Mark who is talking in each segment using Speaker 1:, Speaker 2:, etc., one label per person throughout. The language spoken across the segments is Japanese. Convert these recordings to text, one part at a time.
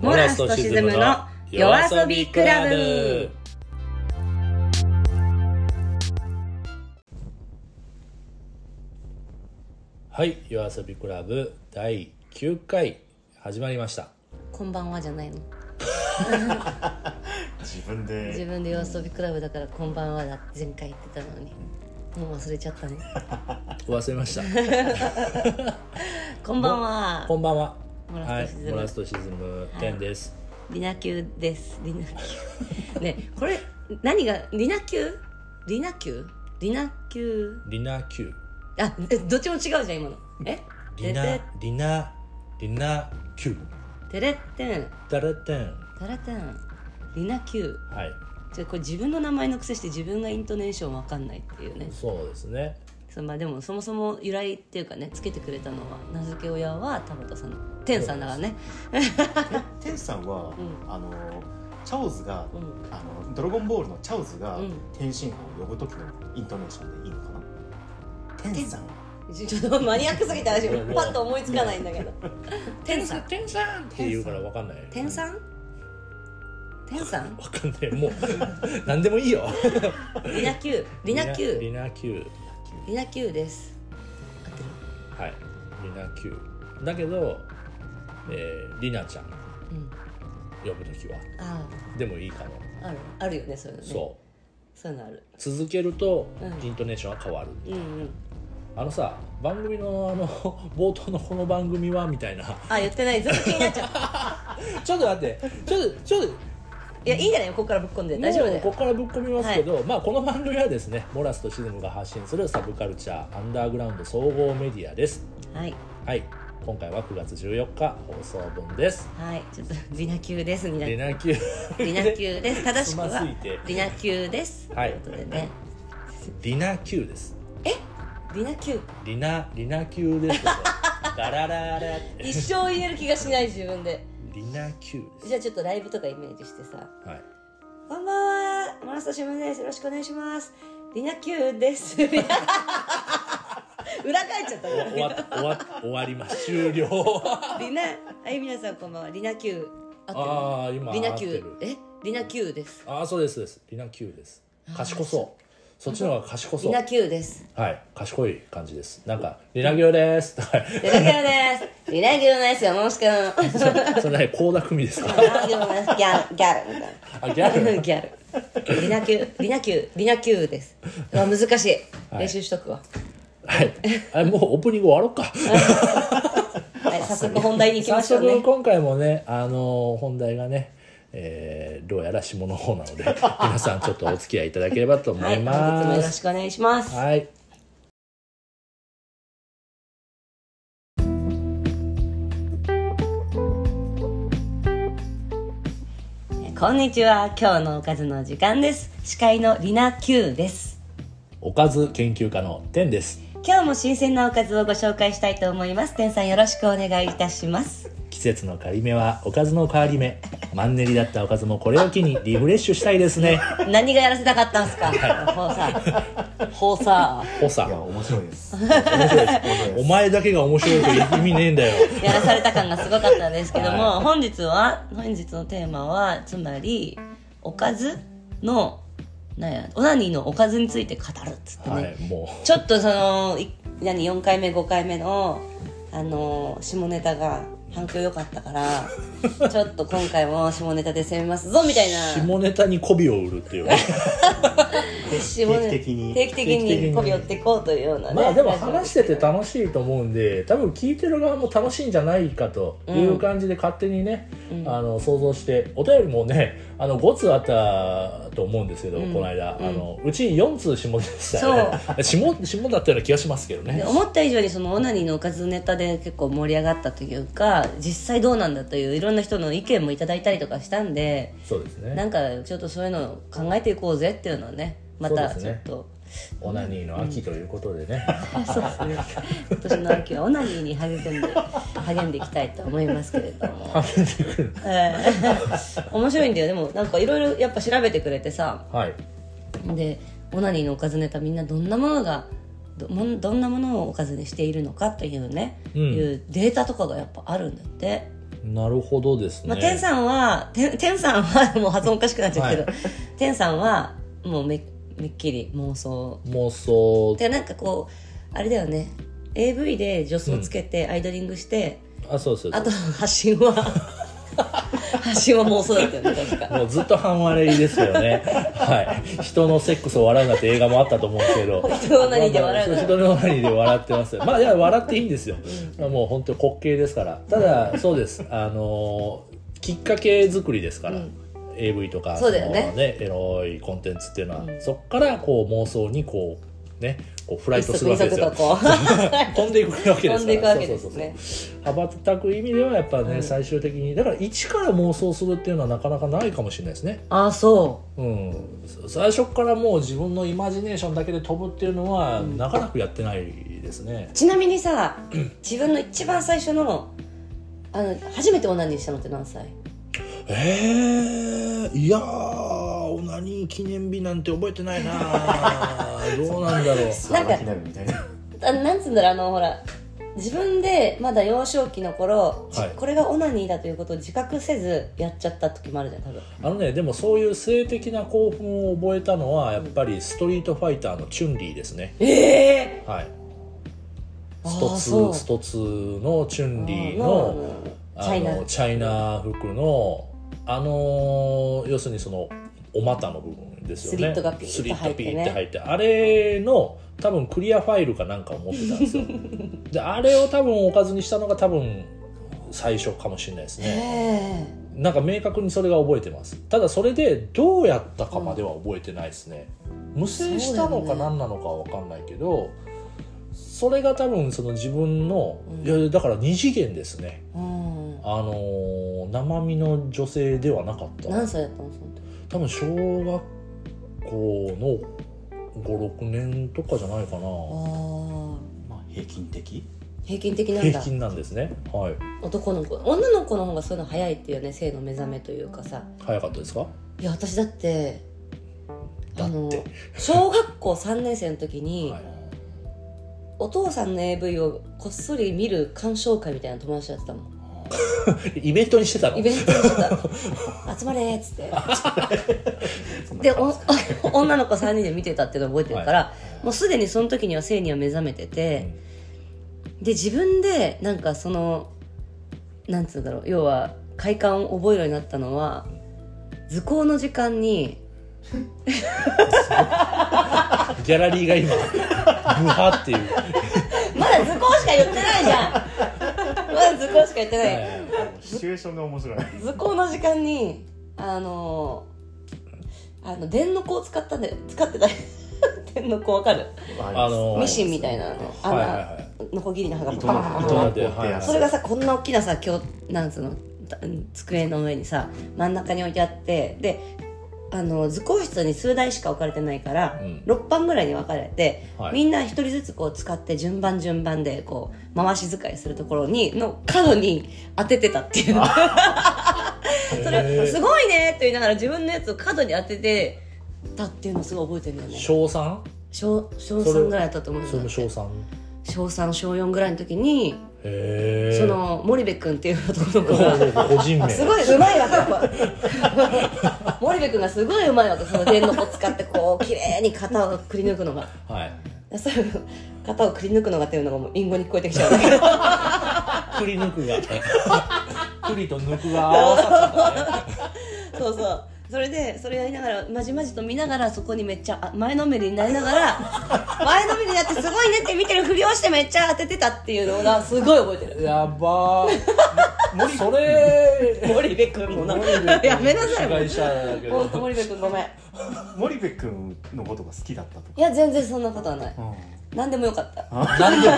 Speaker 1: モラスとシズムの夜遊びクラブ。
Speaker 2: はい、夜遊びクラブ第9回始まりました。
Speaker 1: こんばんはじゃないの
Speaker 3: 自分で
Speaker 1: 自分で夜遊びクラブだからこんばんはだって前回言ってたのにもう忘れちゃ ったね
Speaker 2: 忘れました。
Speaker 1: こんばんは
Speaker 2: こんばんは。
Speaker 1: モ
Speaker 2: は
Speaker 1: ラ
Speaker 2: い
Speaker 1: スとシズ、ム
Speaker 2: モラスとシズム天です。
Speaker 1: リナ級ですリナ 級ねこれ何がリナ級リナ級リナ級
Speaker 2: リナ Q。
Speaker 1: あえどっちも違うじゃん今のえ
Speaker 2: リナ、リナ、リナ Q。
Speaker 1: テレッテン
Speaker 2: ダラテン。
Speaker 1: タラテンリナ級
Speaker 2: はい。
Speaker 1: じゃこれ自分の名前の癖して自分がイントネーションわかんないっていうね
Speaker 2: そうですね。
Speaker 1: そうまあでもそもそも由来っていうかねつけてくれたのは名付け親は田畑さん天さんだからね
Speaker 3: 天さんは、
Speaker 1: うん
Speaker 3: あのチャオズが、
Speaker 1: うん
Speaker 3: あのドラゴンボールのチャオズが、
Speaker 1: うん
Speaker 3: 天津飯を呼ぶ時のイントネーションでいいのかな天さん
Speaker 1: ちょちょっとマニアックすぎて私パッと思いつかないんだけど天さん
Speaker 2: 天さんって言うからわかんない。
Speaker 1: 天さん天さん
Speaker 2: わかんない。もう、 何でもいいよ。
Speaker 1: リナ級リナ
Speaker 2: リ
Speaker 1: 級
Speaker 2: ナ Q。
Speaker 1: リナ級です合ってる
Speaker 2: はい。リナ Q。だけど、えー、リナちゃん
Speaker 1: うん
Speaker 2: 呼ぶときは。
Speaker 1: あ
Speaker 2: でもいいかも。
Speaker 1: ああるあるよねそういうのね
Speaker 2: そう。
Speaker 1: そういうのある
Speaker 2: 続けると
Speaker 1: うん
Speaker 2: イントネーションは変わる、
Speaker 1: うんうん
Speaker 2: あのさ番組のあ の冒頭のこの番組はみたいな
Speaker 1: あ言ってないずっと気になっちゃう
Speaker 2: ちょっと待ってちょっとちょっと
Speaker 1: いやいいんじゃないここからぶっ込んで大丈夫だ
Speaker 2: もうこ
Speaker 1: よ
Speaker 2: こからぶっ込みますけど、まあこの番組はですねモラスとシズムが発信するサブカルチャーアンダーグラウンド総合メディアです
Speaker 1: はい
Speaker 2: はい今回は9月14日放送分です
Speaker 1: はいちょっとリナ級ですリナ
Speaker 2: レナキュ
Speaker 1: リナ級です正しく
Speaker 2: つま
Speaker 1: は
Speaker 2: ずいて
Speaker 1: リナ級です
Speaker 2: はい
Speaker 1: ということでね
Speaker 2: リナキュです
Speaker 1: リナ級
Speaker 2: リナリナキュですけどダラララって
Speaker 1: 一生言える気がしない自分で
Speaker 2: リナキュです
Speaker 1: じゃあちょっとライブとかイメージしてさ
Speaker 2: はい
Speaker 1: 「こんばんはモラストシムですよろしくお願いしますリナ級です」 裏返っちゃった
Speaker 2: 終わ終わ終わります終了
Speaker 1: リナはい皆さんこんばんはリナ級
Speaker 2: ああ今
Speaker 1: リナ
Speaker 2: 合って
Speaker 1: 級
Speaker 2: る
Speaker 1: えリナ級です
Speaker 2: ああそうですそうですリナ Q です賢そうそっちの方が賢そ
Speaker 1: リ
Speaker 2: う
Speaker 1: ナ級です
Speaker 2: はい賢い感じですなんか「リナ Q です」とか
Speaker 1: リナ級ですリナ級ですよも しくは
Speaker 2: それね倖田來未ですか
Speaker 1: リナ級ですギャルギャルみたいな
Speaker 2: あギャル
Speaker 1: ギャル。リナ級、リナ級、リナ級です。うわ難しい。
Speaker 2: い
Speaker 1: 練習しとくわ。
Speaker 2: はいあもうオープニング終わろうか
Speaker 1: はい、早速本題に行きま
Speaker 2: 早
Speaker 1: しょう
Speaker 2: 速
Speaker 1: ね。
Speaker 2: 今回もねあのー本題がねえーどうやら下の方な ので皆さんちょっとお付き合いいただければと思
Speaker 1: はい、
Speaker 2: い
Speaker 1: 本日もよ
Speaker 2: ま
Speaker 1: ろ
Speaker 2: す
Speaker 1: しくお願いします。
Speaker 2: はい
Speaker 1: こんにちは、今日のおかずの時間です。司会のリナ級です。
Speaker 2: おかず研究家の天です
Speaker 1: 今日も新鮮なおかずをご紹介したいと思います。天さんよろしくお願いいたします。
Speaker 2: 季節の変わり目はおかずの変わり目マンネリだったおかずもこれを機にリフレッシュしたいですね
Speaker 1: 何がやらせたかったんすかほうさ。ほうさ。
Speaker 2: お
Speaker 3: いや
Speaker 2: さ
Speaker 3: 面白い です
Speaker 2: お前だけが面白いという意味ねえんだよ
Speaker 1: やらされた感がすごかったんですけども、
Speaker 2: は
Speaker 1: 本日は本日のテーマはつまりおかずのなんやオナニーのおかずについて語るっつってね、
Speaker 2: はいも
Speaker 1: ちょっとそのい何4回目5回目のあの下ネタが反響良かったから ちょっと今回も下ネタで攻めますぞみたいうな
Speaker 2: 下ネタに媚びを売るっていうね
Speaker 1: 下ネ
Speaker 3: 定期的に
Speaker 1: 定期的
Speaker 2: 定期的
Speaker 1: に
Speaker 2: に
Speaker 1: 媚び寄っていこうというようなね
Speaker 2: まあでも話してて楽しいと思うんで多分聞いてる側も楽しいんじゃないかという感じで勝手にね、あの想像してお便りもねあの5通あったと思うんですけど、
Speaker 1: うん
Speaker 2: この間、あのうち4通下でしたよね下下だったような気がしますけどね
Speaker 1: で思った以上にそのオナニーのおかずネタで結構盛り上がったというか実際どうなんだといういろんな人の意見もいただいたりとかしたんで
Speaker 2: そうですね
Speaker 1: なんかちょっとそういうのを考えていこうぜっていうのはねまた
Speaker 2: そう
Speaker 1: ち
Speaker 2: です
Speaker 1: ょ
Speaker 2: ね
Speaker 1: っと、
Speaker 2: オナニーの秋ということでね、
Speaker 1: 今年の秋はオナニーに励んで励んでいきたいと思いますけれども、えー面白いんだよでもなんかいろいろやっぱ調べてくれてさ
Speaker 2: はい
Speaker 1: でオナニーのおかずネタみんなどんなものがどもんどんなものをおかずにしているのかというね、
Speaker 2: うん
Speaker 1: いうデータとかがやっぱあるんだって
Speaker 2: なるほどですね。
Speaker 1: まあ、天さんは、て天さんはもう発音おかしくなっちゃうけ ど、天さんはもうめめっきり妄想。
Speaker 2: 妄想
Speaker 1: てかなんかこう、あれだよね。AV で助走つけてアイドリングして、
Speaker 2: あそうそう
Speaker 1: あと発信は 発信は妄想だったよね確か
Speaker 2: もうずっと半割れですよねはい人のセックスを笑うなって映画もあったと思うんですけど
Speaker 1: 人の何で笑うな
Speaker 2: まあまあ人の何で笑ってますまあいや笑っていいんですよ、もう本当滑稽ですからただそうですあのーきっかけ作りですから、
Speaker 1: うん
Speaker 2: AV とか
Speaker 1: そうだよね
Speaker 2: そのエロいコンテンツっていうのは、
Speaker 1: うん
Speaker 2: そこからこう妄想にこうねこうフライ
Speaker 1: 一
Speaker 2: トす
Speaker 1: 足
Speaker 2: る
Speaker 1: 二
Speaker 2: わけで
Speaker 1: 足と
Speaker 2: すよ
Speaker 1: こう
Speaker 2: 飛んでいくわけですから
Speaker 1: 飛んでいくわけです
Speaker 2: そうそうそうそう
Speaker 1: ね
Speaker 2: 羽ばたく意味ではやっぱね、
Speaker 1: うん
Speaker 2: 最終的にだから一から妄想するっていうのはなかなかないかもしれないですね、
Speaker 1: ああそ
Speaker 2: うん、最初からもう自分のイマジネーションだけで飛ぶっていうのは、なかなかやってないですね
Speaker 1: うちなみにさ自分の一番最初のあの初めてオナニーしたのって何歳
Speaker 2: えー、いやーオナニー記念日なんて覚えてないな どうなんだろう
Speaker 1: なんか
Speaker 3: 騒ぎなるみたいな
Speaker 1: あなんつうんだろうあのほら自分でまだ幼少期の頃、じ
Speaker 2: はい
Speaker 1: これがオナニーだということを自覚せずやっちゃった時もあるじゃん多分
Speaker 2: あのねでもそういう性的な興奮を覚えたのはやっぱりストリートファイターのチュンリーですね
Speaker 1: ええ
Speaker 2: はい
Speaker 1: あー
Speaker 2: ストツ
Speaker 1: そう
Speaker 2: ーストツーのチュンリーの
Speaker 1: のチ
Speaker 2: あ
Speaker 1: ャイナ
Speaker 2: のチャイナ服のあのー要するにそのお股の部分ですよ
Speaker 1: ス
Speaker 2: ね
Speaker 1: リットがピーッと
Speaker 2: スリッ
Speaker 1: 入ってね
Speaker 2: ピーって入ってあれの多分クリアファイルかなんかを持ってたんで すよであれを多分おかずにしたのが多分最初かもしれないです
Speaker 1: え
Speaker 2: ね
Speaker 1: え
Speaker 2: なんか明確にそれが覚えてますただそれでどうやったかまでは覚えてないですね、無制したの
Speaker 1: そ
Speaker 2: か
Speaker 1: うだよね
Speaker 2: 何なのかは分かんないけどそれが多分その自分の、
Speaker 1: うん
Speaker 2: いやだから二次元ですね
Speaker 1: うん
Speaker 2: あのー生身の女性ではなかった
Speaker 1: 何歳だったのその時
Speaker 2: 多分小学校の56年とかじゃないかな
Speaker 1: あ
Speaker 3: まあ平均 的
Speaker 1: あ平均的なん
Speaker 2: 平
Speaker 1: だ
Speaker 2: 均なんですねはい
Speaker 1: 男の子女の子の方がそういうの早いっていうね性の目覚めというかさ
Speaker 2: 早かったですか
Speaker 1: いや私だって
Speaker 2: だって
Speaker 1: の小学校3年生の時に、
Speaker 2: はい
Speaker 1: お父さんの AV をこっそり見る鑑賞会みたいなの友達とやってたもん
Speaker 2: イベントにしてたの
Speaker 1: イベントにしてた 集まれーっつってでお女の子3人で見てたっていうのを覚えてるから、もうすでにその時には性には目覚めてて、で自分でなんかそのなんつうんだろう要は快感を覚えるようになったのは図工の時間に
Speaker 2: ギャラリーが 今ブハっていう
Speaker 1: まだ図工しか言ってないじ ゃんまだ図工しか言ってない、
Speaker 3: シチュエーションが面白い
Speaker 1: 図工の時間にあのあの電の子を使ったんで使ってた 電の子わかる
Speaker 2: あの
Speaker 1: ミシンみたいなの穴、
Speaker 2: はいはいはい
Speaker 1: のこぎりの刃が
Speaker 3: 糸
Speaker 1: パーン
Speaker 3: の
Speaker 2: 糸
Speaker 3: 糸
Speaker 2: の
Speaker 3: の
Speaker 2: 糸ってやつ
Speaker 1: それがさこんな大きなさ今日なんつうのた机の上にさ真ん中に置いてあってであの図工室に数台しか置かれてないから、
Speaker 2: うん
Speaker 1: 6班ぐらいに分かれて、
Speaker 2: はい
Speaker 1: みんな一人ずつこう使って順番順番でこう回し使いするところにの角に当ててたっていうそ
Speaker 2: へー
Speaker 1: れすごいねって言いながら自分のやつを角に当ててたっていうのすごい覚えてるんだよね
Speaker 2: 小 3?
Speaker 1: 小小3ぐらいだったと思うんだ
Speaker 2: それも
Speaker 1: よ
Speaker 2: 小 3?
Speaker 1: 小3小4ぐらいの時に
Speaker 2: へえ
Speaker 1: その森部君っていう男の子が
Speaker 2: 個人名
Speaker 1: すごいうまいわけやっぱ 森部君がすごいうまいわけその電の子使ってこう綺麗に型をくり抜くのが
Speaker 2: はい
Speaker 1: そういう型をくり抜くのがっていうのがもう隠語に聞こえてきちゃうんだけど
Speaker 2: くり抜 くがくりと抜くが合わさったね
Speaker 1: そうそうそれでそれやりながらまじまじと見ながらそこにめっちゃあ前のめりになりながら前のめりになってすごいねって見てるふりをしてめっちゃ当ててたっていうのがすごい覚えてる
Speaker 2: やばーそれ
Speaker 1: 森部君もな
Speaker 2: 森部君
Speaker 1: やめなさい
Speaker 2: 被
Speaker 1: も
Speaker 2: 害者だけ
Speaker 1: う本当
Speaker 2: ど
Speaker 1: 森部君ごめん
Speaker 3: 森部君のことが好きだったと
Speaker 1: い
Speaker 3: か
Speaker 1: や全然そんなことはない
Speaker 3: うん
Speaker 1: 何でもよかった
Speaker 2: なんで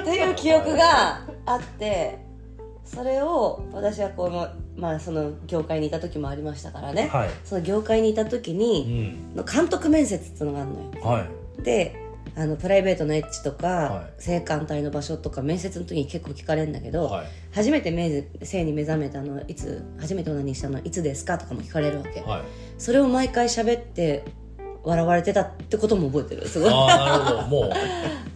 Speaker 1: っていう記憶があってそれを私はこの,、まあ、その業界にいた時もありましたからね、
Speaker 2: はい
Speaker 1: その業界にいた時に
Speaker 2: ん
Speaker 1: の監督面接っていうのがあるのよ
Speaker 2: はい
Speaker 1: であのプライベートのエッジとか、
Speaker 2: は
Speaker 1: 性感帯の場所とか面接の時に結構聞かれるんだけど、
Speaker 2: は
Speaker 1: 初めて目性に目覚めたのはいつ初めて何したのはいつですかとかも聞かれるわけ、
Speaker 2: いはい
Speaker 1: それを毎回喋って笑われてたってことも覚えてるすごい
Speaker 2: ああなるほどもう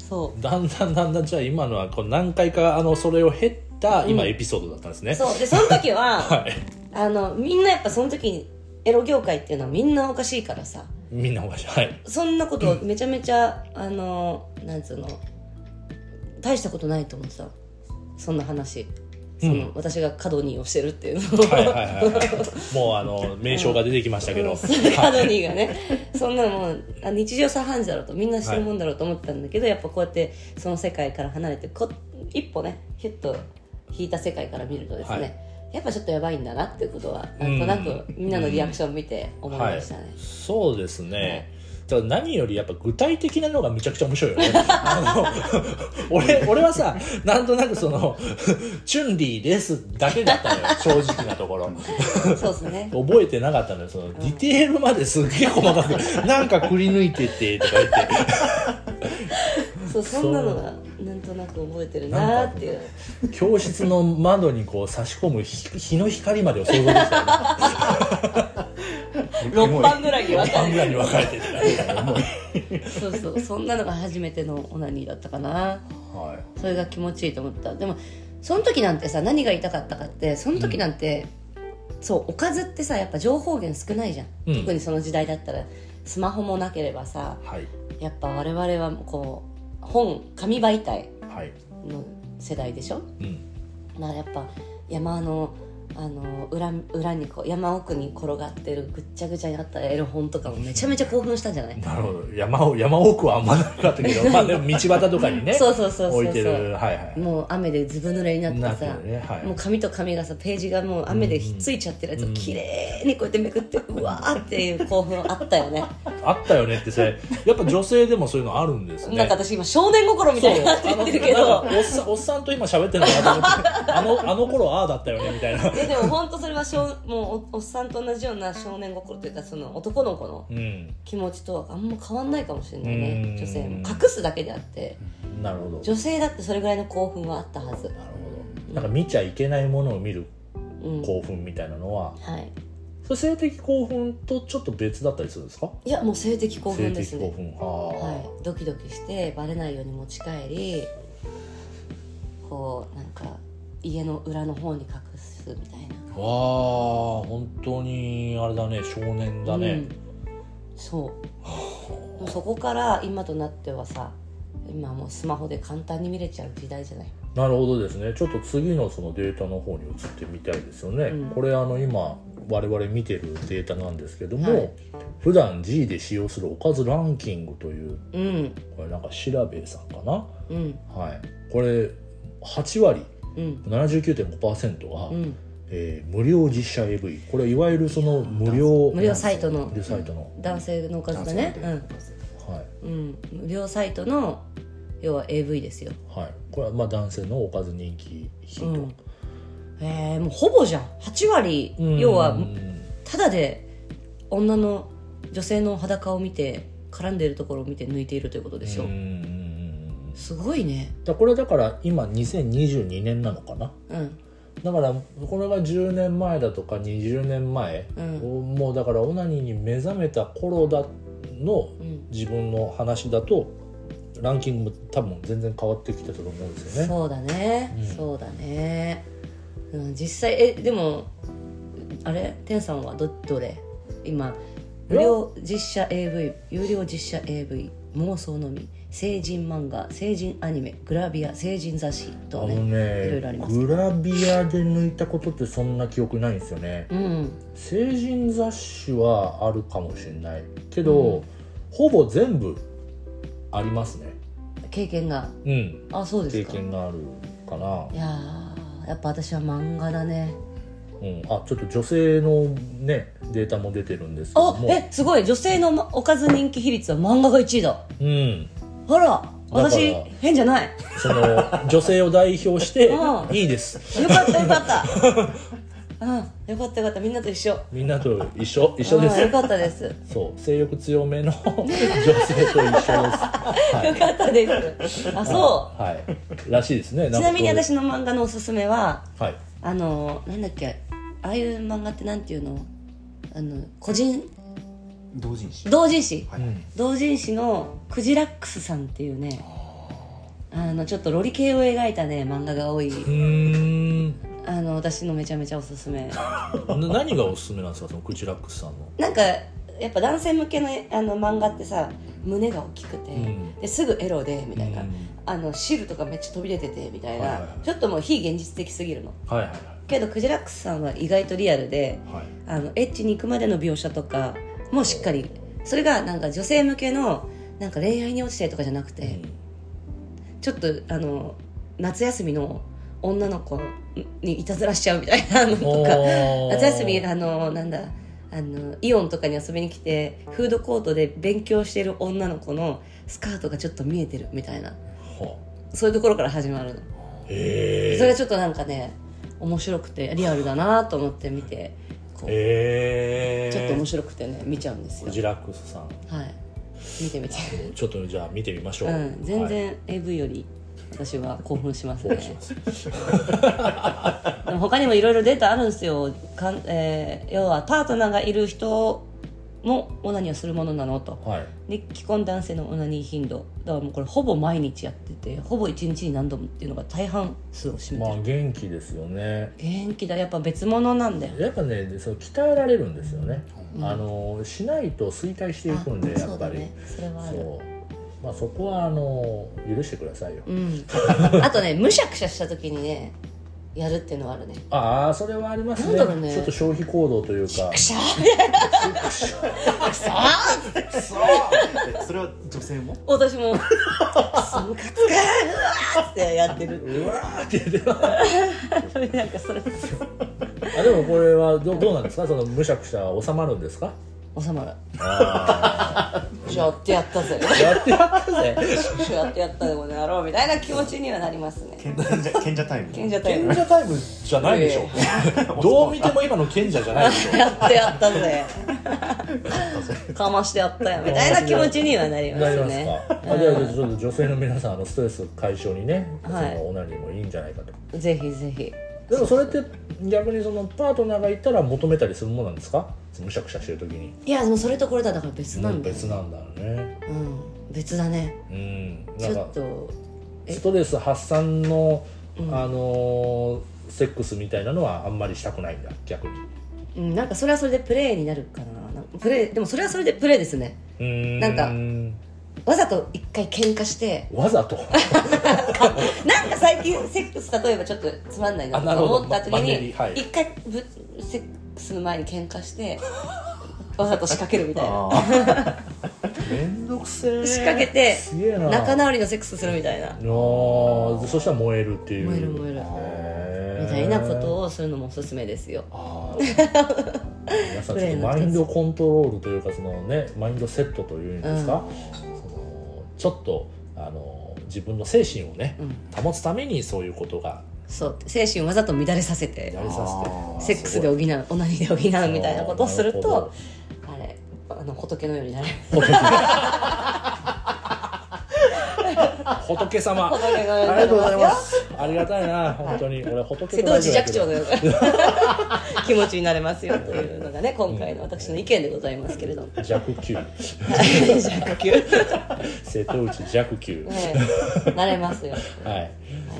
Speaker 1: そ
Speaker 2: だんだんだんだんじゃあ今のはこう何回かあのそれを経った今
Speaker 1: うん
Speaker 2: エピソードだったんですね、
Speaker 1: うそうでその時は、
Speaker 2: はい
Speaker 1: あのみんなやっぱその時にエロ業界っていうのはみんなおかしいからさ
Speaker 2: みんなおかしいはい
Speaker 1: そんなことめちゃめちゃ、あのなんつうの大したことないと思ってたそんな話その、
Speaker 2: うん
Speaker 1: 私が過度にをしてるっていうのを
Speaker 2: はい はいはいはいもうあの名称が出てきましたけど、
Speaker 1: カドニーがねそんなのもうあ日常茶飯事だろうとみんな知るもんだろうと思ってたんだけど、やっぱこうやってその世界から離れてこ一歩ねヒュッと引いた世界から見るとですね、
Speaker 2: はい
Speaker 1: やっぱちょっとやばいんだなっていうことはなんとなく
Speaker 2: うん
Speaker 1: みんなのリアクションを見て思いましたね、
Speaker 2: そうですね、ただ何よりやっぱ具体的なのがめちゃくちゃ面白いよねあの 俺俺はさなんとなくその「チュンリーです」だけだったのよ正直なところ
Speaker 1: そうですね
Speaker 2: 覚えてなかったのよそのディテールまですっげえ細かくなんかくり抜いてってとか言って
Speaker 1: そうそんなのがなんとなく覚えてるなーっていう
Speaker 2: 教室の窓にこう差し込む日日の光までを想像できたよね
Speaker 1: 6番ぐらいに分か
Speaker 2: 半
Speaker 1: る
Speaker 2: ぐらいに分かれ てて
Speaker 1: そうそうそんなのが初めてのオナニーだったかな
Speaker 2: は
Speaker 1: それが気持ちいいと思ったでもその時なんてさ何が痛かったかってその時なんて、そうおかずってさやっぱ情報源少ないじゃん、
Speaker 2: うん
Speaker 1: 特にその時代だったらスマホもなければさ
Speaker 2: いはい
Speaker 1: やっぱ我々はこう本紙媒体
Speaker 2: はい
Speaker 1: の世代でしょ
Speaker 2: うん
Speaker 1: だからやっぱ山のあの裏裏にこう山奥に転がってるぐっちゃぐちゃになったエロ本とかもめちゃめちゃ興奮したんじゃない
Speaker 2: なるほど山を山奥はあんまなかったけどまあでも道端とかにね
Speaker 1: そうそうそうそうそう
Speaker 2: 置いてるはいはい
Speaker 1: もう雨でずぶ濡れになって
Speaker 2: な
Speaker 1: さ
Speaker 2: ってるねはい
Speaker 1: もう紙と紙がさページがもう雨でひっついちゃってるやつを綺麗にこうやってめく ってうわーっていう興奮あったよね
Speaker 2: あったよねってそれ やっぱ女性でもそういうのあるんですね
Speaker 1: なんか私今少年心み
Speaker 2: そ
Speaker 1: た
Speaker 2: う
Speaker 1: いになって言ってるけ
Speaker 2: あの
Speaker 1: ど
Speaker 2: なんかおっさんおっさんと今喋ってるのかなと思 ってあのあの頃ああだったよねみたいない
Speaker 1: やでも本当それは少もうおおっさんと同じような少年心というかその男の子の
Speaker 2: うん
Speaker 1: 気持ちとはあんま変わんないかもしれないうね
Speaker 2: ん
Speaker 1: 女性も隠すだけであって
Speaker 2: なるほど
Speaker 1: 女性だってそれぐらいの興奮はあったはず
Speaker 2: なるほどなんか見ちゃいけないものを見る
Speaker 1: うん
Speaker 2: 興奮みたいなのは
Speaker 1: はい
Speaker 2: それ性的興奮とちょっと別だったりするんですか
Speaker 1: いやもう性的興奮です
Speaker 2: 性的興
Speaker 1: ね
Speaker 2: 奮は
Speaker 1: はい、ドキドキしてバレないように持ち帰りこうなんか家の裏の方に隠すみたいな
Speaker 2: あ、わあ本当にあれだね少年だね、
Speaker 1: うんそうでもそこから今となってはさ今もうスマホで簡単に見れちゃう時代じゃない
Speaker 2: なるほどですねちょっと次のそのデータの方に移ってみたいですよね、
Speaker 1: うん
Speaker 2: これあの今我々見てるデータなんですけども、
Speaker 1: はい
Speaker 2: 普段 G で使用するおかずランキングという
Speaker 1: うん
Speaker 2: これなんか調べさんかな
Speaker 1: うん
Speaker 2: はいこれ8割
Speaker 1: うん
Speaker 2: 79.5%が、
Speaker 1: うん
Speaker 2: えー無料実写 AV これいわゆるその無料
Speaker 1: 無料サイトの
Speaker 2: 無料サイトの、
Speaker 1: 男性のおかずだね
Speaker 2: はい
Speaker 1: うん、うん、無料サイトの要は AV ですよ
Speaker 2: はい、これはまあ男性のおかず人気ヒ
Speaker 1: う
Speaker 2: ッ
Speaker 1: ん
Speaker 2: ト、
Speaker 1: えー、もうほぼじゃん8割
Speaker 2: うん
Speaker 1: 要は
Speaker 2: うん
Speaker 1: ただで女の女性の裸を見て絡んでいるところを見て抜いているということでしょ、
Speaker 2: うんうんうん
Speaker 1: すごいね
Speaker 2: だこれだから今2022年なのかな
Speaker 1: うん
Speaker 2: だからこれが10年前だとか20年前、
Speaker 1: うん
Speaker 2: もうだからオナニーに目覚めた頃だの
Speaker 1: うん
Speaker 2: 自分の話だとランキングも多分全然変わってきてたと思うんですよね
Speaker 1: そうだね、
Speaker 2: うん
Speaker 1: そうだね、うん、実際えでもあれ天さんはどどれ今無料実写 AV 有料実写 AV 妄想のみ成人漫画成人アニメグラビア成人雑誌
Speaker 2: あ
Speaker 1: とね
Speaker 2: の
Speaker 1: いろい
Speaker 2: ね
Speaker 1: ろあります
Speaker 2: グラビアで抜いたことってそんな記憶ないんですよね
Speaker 1: うん
Speaker 2: 成人雑誌はあるかもしれないけど、
Speaker 1: うん
Speaker 2: ほぼ全部ありますね
Speaker 1: 経験が
Speaker 2: うん
Speaker 1: あそうで
Speaker 2: 経
Speaker 1: すか、
Speaker 2: 験があるかない
Speaker 1: やーやっぱ私は漫画だね
Speaker 2: うん、あちょっと女性のねデータも出てるんですけど
Speaker 1: あ
Speaker 2: も
Speaker 1: えすごい女性のまおかず人気比率は漫画が1位だ
Speaker 2: うん
Speaker 1: あら私
Speaker 2: だから
Speaker 1: 変じゃない
Speaker 2: その 女性を代表して
Speaker 1: うん
Speaker 2: いいです
Speaker 1: よか ったよかったうんよかったよかったみんなと一緒
Speaker 2: みんなと一緒一緒で
Speaker 1: うんよ
Speaker 2: す
Speaker 1: かったです、よ
Speaker 2: そう性欲強めの 女性と一緒ですはい
Speaker 1: かったですあ そ
Speaker 2: はいらしいですね
Speaker 1: うちなみに
Speaker 2: んか
Speaker 1: 私の漫画のおすすめは
Speaker 2: はい
Speaker 1: あのなんだっけああいう漫画ってなんていうのあの個人
Speaker 3: 同人誌
Speaker 1: 同人誌
Speaker 3: は
Speaker 2: う
Speaker 3: い
Speaker 2: ん
Speaker 1: 同人誌のクジラックスさんっていうねあのちょっとロリ系を描いたね漫画が多い
Speaker 2: うん
Speaker 1: あの私のめちゃめちゃおすすめ
Speaker 2: な何がおすすめなんですかそのクチラックスさんの
Speaker 1: なんかやっぱ男性向けのあの漫画ってさ胸が大きくて、
Speaker 2: うん
Speaker 1: ですぐエロでみたいな、
Speaker 2: うん
Speaker 1: あの汁とかめっちゃ飛び出ててみたいな、
Speaker 2: はいはいはい
Speaker 1: ちょっともう非現実的すぎるの
Speaker 2: はいはい
Speaker 1: けどクジラックスさんは意外とリアルで
Speaker 2: はい
Speaker 1: あ
Speaker 2: はい
Speaker 1: のエッチに行くまでの描写とかもしっかりそれがなんか女性向けのなんか恋愛に落ちてとかじゃなくて、ちょっとあの夏休みの女の子にいたずらしちゃうみたいなのとか
Speaker 2: おー
Speaker 1: 夏休みあのなんだあのイオンとかに遊びに来てフードコートで勉強してる女の子のスカートがちょっと見えてるみたいな
Speaker 2: は
Speaker 1: そういうところから始まるの
Speaker 2: へ
Speaker 1: それがちょっとなんかね面白くてリアルだなと思って見てこう
Speaker 2: え
Speaker 1: ちょっと面白くてね見ちゃうんですよ
Speaker 2: クジラックスさん
Speaker 1: はい見てみて
Speaker 2: ちょっとじゃあ見てみましょう、
Speaker 1: うん全
Speaker 2: はい
Speaker 1: 然 AV より私は興奮します
Speaker 2: 興奮し
Speaker 1: ね
Speaker 2: ます
Speaker 1: でも他にもいろいろデータあるんですよかん、えー要はパートナーがいる人もオナニーをするものなのと
Speaker 2: はい
Speaker 1: で既婚男性のオナニー頻度だからもうこれほぼ毎日やっててほぼ1日に何度もっていうのが大半数を占め
Speaker 2: ま
Speaker 1: て
Speaker 2: あ
Speaker 1: る、
Speaker 2: 元気ですよね
Speaker 1: 元気だやっぱ別物なんだよ
Speaker 2: やっぱねでその鍛えられるんですよね、
Speaker 1: うん
Speaker 2: あのしないと衰退していくんで
Speaker 1: あ
Speaker 2: やっぱり
Speaker 1: そうだねそれはある
Speaker 2: そうまあそこはあの許してくださいよ、
Speaker 1: うん、あとねむしゃくしゃした時にねやるっていうのはあるね
Speaker 2: ああそれはありますね
Speaker 1: なんだろうね
Speaker 2: ちょっと消費行動というか
Speaker 1: くしゃ
Speaker 3: くそーえそれは女性も
Speaker 1: 私も「くそムカつく!」うわーってやってる
Speaker 2: うわーって言って
Speaker 1: なんかそれ
Speaker 2: あでもこれ はどうどうなんですかそのむしゃくしゃは収まるんですか
Speaker 1: 収まる
Speaker 2: あ
Speaker 1: やってやったぜ
Speaker 2: あやってやったぜ
Speaker 1: やってやったでもねやろうみたいな気持ちにはなりますね
Speaker 3: 賢者賢者タイム
Speaker 1: 賢者タイム
Speaker 2: 賢者タイムじゃないでしょ、どう見ても今の賢者じゃないでしょ
Speaker 1: やってやったぜかましてやったよみたいな気持ちにはなりま
Speaker 2: なり
Speaker 1: す
Speaker 2: ます
Speaker 1: ね
Speaker 2: か、あじゃあちょっと女性の皆さんあのストレス解消にね、
Speaker 1: はい
Speaker 2: そのオナニーもいいんじゃないかと
Speaker 1: ぜひぜひ
Speaker 2: でもそれって逆にそのパートナーがいたら求めたりするものなんですかそのむしゃくしゃしてる時に
Speaker 1: いやでもそれとこれとはだから別なんだよ
Speaker 2: 別なんだろうね
Speaker 1: うん別だね
Speaker 2: うんな
Speaker 1: ち
Speaker 2: ん
Speaker 1: ょ
Speaker 2: か
Speaker 1: っとえ
Speaker 2: ストレス発散の、あのーセックスみたいなのはあんまりしたくないんだ逆に
Speaker 1: うんなんかそれはそれでプレーになるかななんかプレーでもそれはそれでプレーですね
Speaker 2: うーん
Speaker 1: なんわざと一回喧嘩して
Speaker 2: わざ と
Speaker 1: なんか最近セックス例えばちょっとつまんないな
Speaker 2: あなるほ
Speaker 1: と
Speaker 2: ど
Speaker 1: 思った時
Speaker 2: マンネ
Speaker 1: に
Speaker 2: リはい
Speaker 1: 一回ぶセックスの前に喧嘩してわざと仕掛けるみたいな
Speaker 3: あー
Speaker 2: めんどくせえ
Speaker 1: 仕掛けて
Speaker 2: すげえな
Speaker 1: 仲
Speaker 2: あ
Speaker 1: 直りのセックスするみたいな
Speaker 2: ーそしたら燃えるっていう
Speaker 1: 燃える燃える
Speaker 2: へー
Speaker 1: みたいなことをするのもおすすめですよ
Speaker 2: あ ー皆さんちょっとマインドコントロールというかそのねマインドセットというんですか、そのちょっとあの自分の精神をね、保つためにそういうことが
Speaker 1: そう精神をわざと乱れさせて
Speaker 2: やりさ
Speaker 3: あー
Speaker 2: せて
Speaker 1: セックスで補うオナニーで補うみたいなことをする
Speaker 2: なるほ
Speaker 1: とあれあの仏のようになれる
Speaker 2: 仏様
Speaker 1: 仏の
Speaker 2: あ
Speaker 1: ようになり
Speaker 2: りがとうご
Speaker 1: ます
Speaker 2: ざい
Speaker 1: よ
Speaker 2: ますありがたいな本 当に俺仏
Speaker 1: 瀬
Speaker 2: と
Speaker 1: 戸
Speaker 2: ラ
Speaker 1: 内
Speaker 2: ジオ
Speaker 1: 寂
Speaker 2: やって
Speaker 1: 聴
Speaker 2: る
Speaker 1: のような 気持ちになれますよというのがね今回の私の意見でございますけれども
Speaker 2: 弱球
Speaker 1: はいじゃあ呼吸
Speaker 2: 瀬戸内弱球
Speaker 1: ねなれますよ、
Speaker 2: はい
Speaker 1: は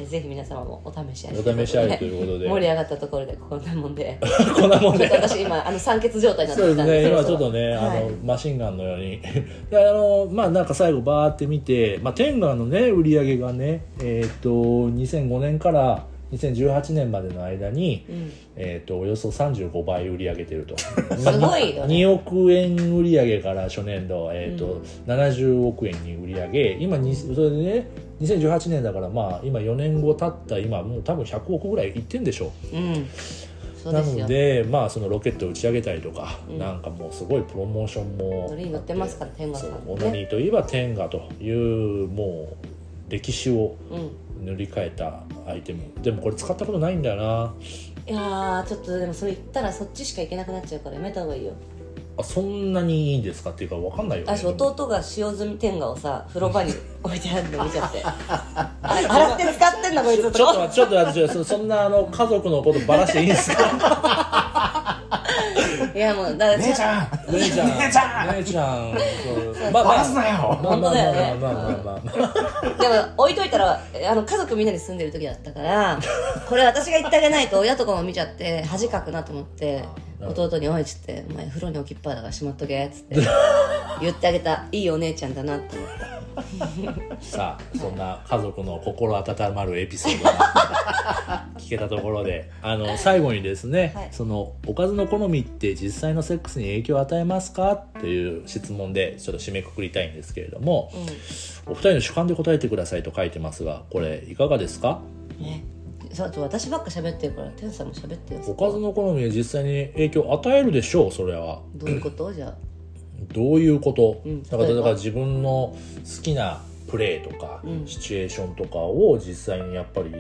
Speaker 1: い、ぜひ皆様もお試しあり
Speaker 2: お試しありということで
Speaker 1: 盛り上がったところでこんなもんで
Speaker 2: こんなもん
Speaker 1: ちょっ
Speaker 2: で
Speaker 1: と私今あの酸欠状態になっ
Speaker 2: そう
Speaker 1: て
Speaker 2: で
Speaker 1: きたん
Speaker 2: す
Speaker 1: でそ
Speaker 2: ね、今ちょ
Speaker 1: ろ
Speaker 2: っ
Speaker 1: そろ
Speaker 2: とね、
Speaker 1: はい
Speaker 2: あのマシンガンのように であのまあなんか最後バーって見て、まあ、テンガのね売り上げがねえっ、と2005年から2018年までの間に、
Speaker 1: ん
Speaker 2: えっとおよそ35倍売り上げてる と
Speaker 1: すごいよ ね
Speaker 2: 2億円売り上げから初年度、えーと70億円に売り上げ今にそれでね2018年だからまあ今4年後経った今もう多分100億ぐらいいってんでしょう
Speaker 1: うんそう
Speaker 2: な
Speaker 1: です
Speaker 2: の
Speaker 1: よ
Speaker 2: で、まあ、そのロケットを打ち上げたりとか、なんかもうすごいプロモーションも
Speaker 1: 乗りに乗ってますから天狗さんね
Speaker 2: そうオナニーといえば天下というもう歴史を
Speaker 1: うん
Speaker 2: 塗り替えたアイテムでもこれ使ったことないんだよない
Speaker 1: やーちょっとでもそれ言ったらそっちしか行けなくなっちゃうからやめた方がいいよ
Speaker 2: あそんなにいいんですかっていうかわかんないよね
Speaker 1: 私弟が使用済み天下をさ風呂場に置いてあるの見ちゃってあれ 洗って使ってんだこいつ
Speaker 2: ちょっと待ってちょっと待ってそ そんなあの家族のことばらしていいんです か
Speaker 1: いやもうだから
Speaker 3: 姉ちゃん
Speaker 2: 姉ちゃん
Speaker 3: 姉ちゃん
Speaker 2: 姉ちゃんそうまあま
Speaker 3: バラ
Speaker 2: あ
Speaker 3: すなよ
Speaker 2: まあまあまあまあまあまあまあ
Speaker 1: でも置いといたらあの家族みんなで住んでる時だった からこれ私が行ってあげないと親とかも見ちゃって恥かくなと思って
Speaker 2: うん
Speaker 1: 弟に「おい」っつって「お前風呂に置きっぱだからしまっとけ」っつって 言ってあげたいいお姉ちゃんだなって思った
Speaker 2: さあそんな家族の心温まるエピソードが 聞けたところであの最後にですね、
Speaker 1: はい
Speaker 2: そのおかずの好みって実際のセックスに影響を与えますかっていう質問でちょっと締めくくりたいんですけれども
Speaker 1: う
Speaker 2: お二人の主観で答えてくださいと書いてますがこれいかがですか
Speaker 1: んねそうあと私ばっか喋ってるから天さんも喋ってよ
Speaker 2: おかずの好みは実際に影響を与えるでしょうそれは
Speaker 1: どういうことじゃあ
Speaker 2: どういうこと、
Speaker 1: うん
Speaker 2: だから
Speaker 1: 例えば
Speaker 2: だから自分の好きなプレーとか、
Speaker 1: うん
Speaker 2: シチュエーションとかを実際にやっぱり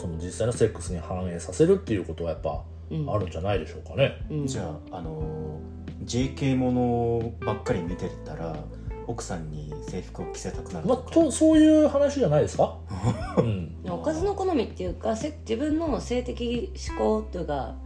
Speaker 2: その実際のセックスに反映させるっていうことはやっぱ
Speaker 1: うん
Speaker 2: あるんじゃないでしょうかね、
Speaker 1: うん
Speaker 3: じゃああのー JK ものばっかり見てたら奥さんに制服を着せたくなる
Speaker 2: まあ、
Speaker 3: とか
Speaker 2: とそういう話じゃないです か、うん、
Speaker 1: おかずの好みっていうかせ自分の性的思考というか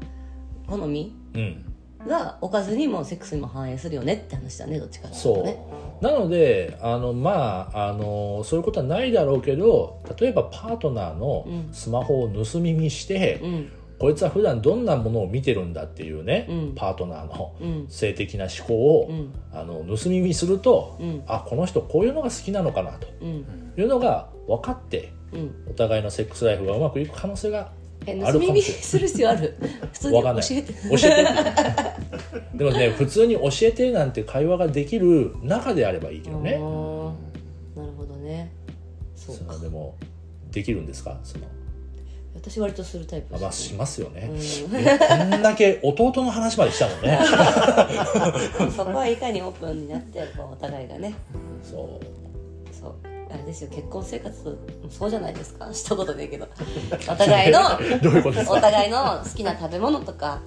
Speaker 1: 好み
Speaker 2: うん、
Speaker 1: がおかずにもセックスにも反映するよねって話だねどっちかっていうとね
Speaker 2: そうなのであのまああのそういうことはないだろうけど例えばパートナーの
Speaker 1: うん
Speaker 2: スマホを盗み見して、
Speaker 1: うん
Speaker 2: こいつは普段どんなものを見てるんだっていうね、
Speaker 1: うん
Speaker 2: パートナーの
Speaker 1: うん
Speaker 2: 性的な思考を、
Speaker 1: うん
Speaker 2: あの盗み見すると、
Speaker 1: うん
Speaker 2: あこの人こういうのが好きなのかなと
Speaker 1: うん
Speaker 2: いうのが分かって
Speaker 1: うん
Speaker 2: お互いのセックスライフがうまくいく可能 性が
Speaker 1: え
Speaker 2: あ
Speaker 1: 盗
Speaker 2: るか
Speaker 1: み
Speaker 2: も
Speaker 1: 見
Speaker 2: しれない
Speaker 1: する必要あ る普通に
Speaker 2: わ
Speaker 1: 教
Speaker 2: かんない
Speaker 1: えて
Speaker 2: 教えてってでもね普通に教えてなんて会話ができる中であればいいけどね
Speaker 1: あーなるほどねそ
Speaker 2: そう
Speaker 1: か
Speaker 2: のでもできるんですかその
Speaker 1: 私割とするタイプ
Speaker 2: あまあ
Speaker 1: です
Speaker 2: し
Speaker 1: ね
Speaker 2: ますよね、
Speaker 1: う
Speaker 2: いやこんだけ弟の話までしたも んね
Speaker 1: んそこはいかにオープンになってこうお互いがね
Speaker 2: そう
Speaker 1: そうあれですよ結婚生活そうじゃないですか したことねえけどお互い の
Speaker 2: どういうことです
Speaker 1: お
Speaker 2: か
Speaker 1: 互いの好きな食べ物とか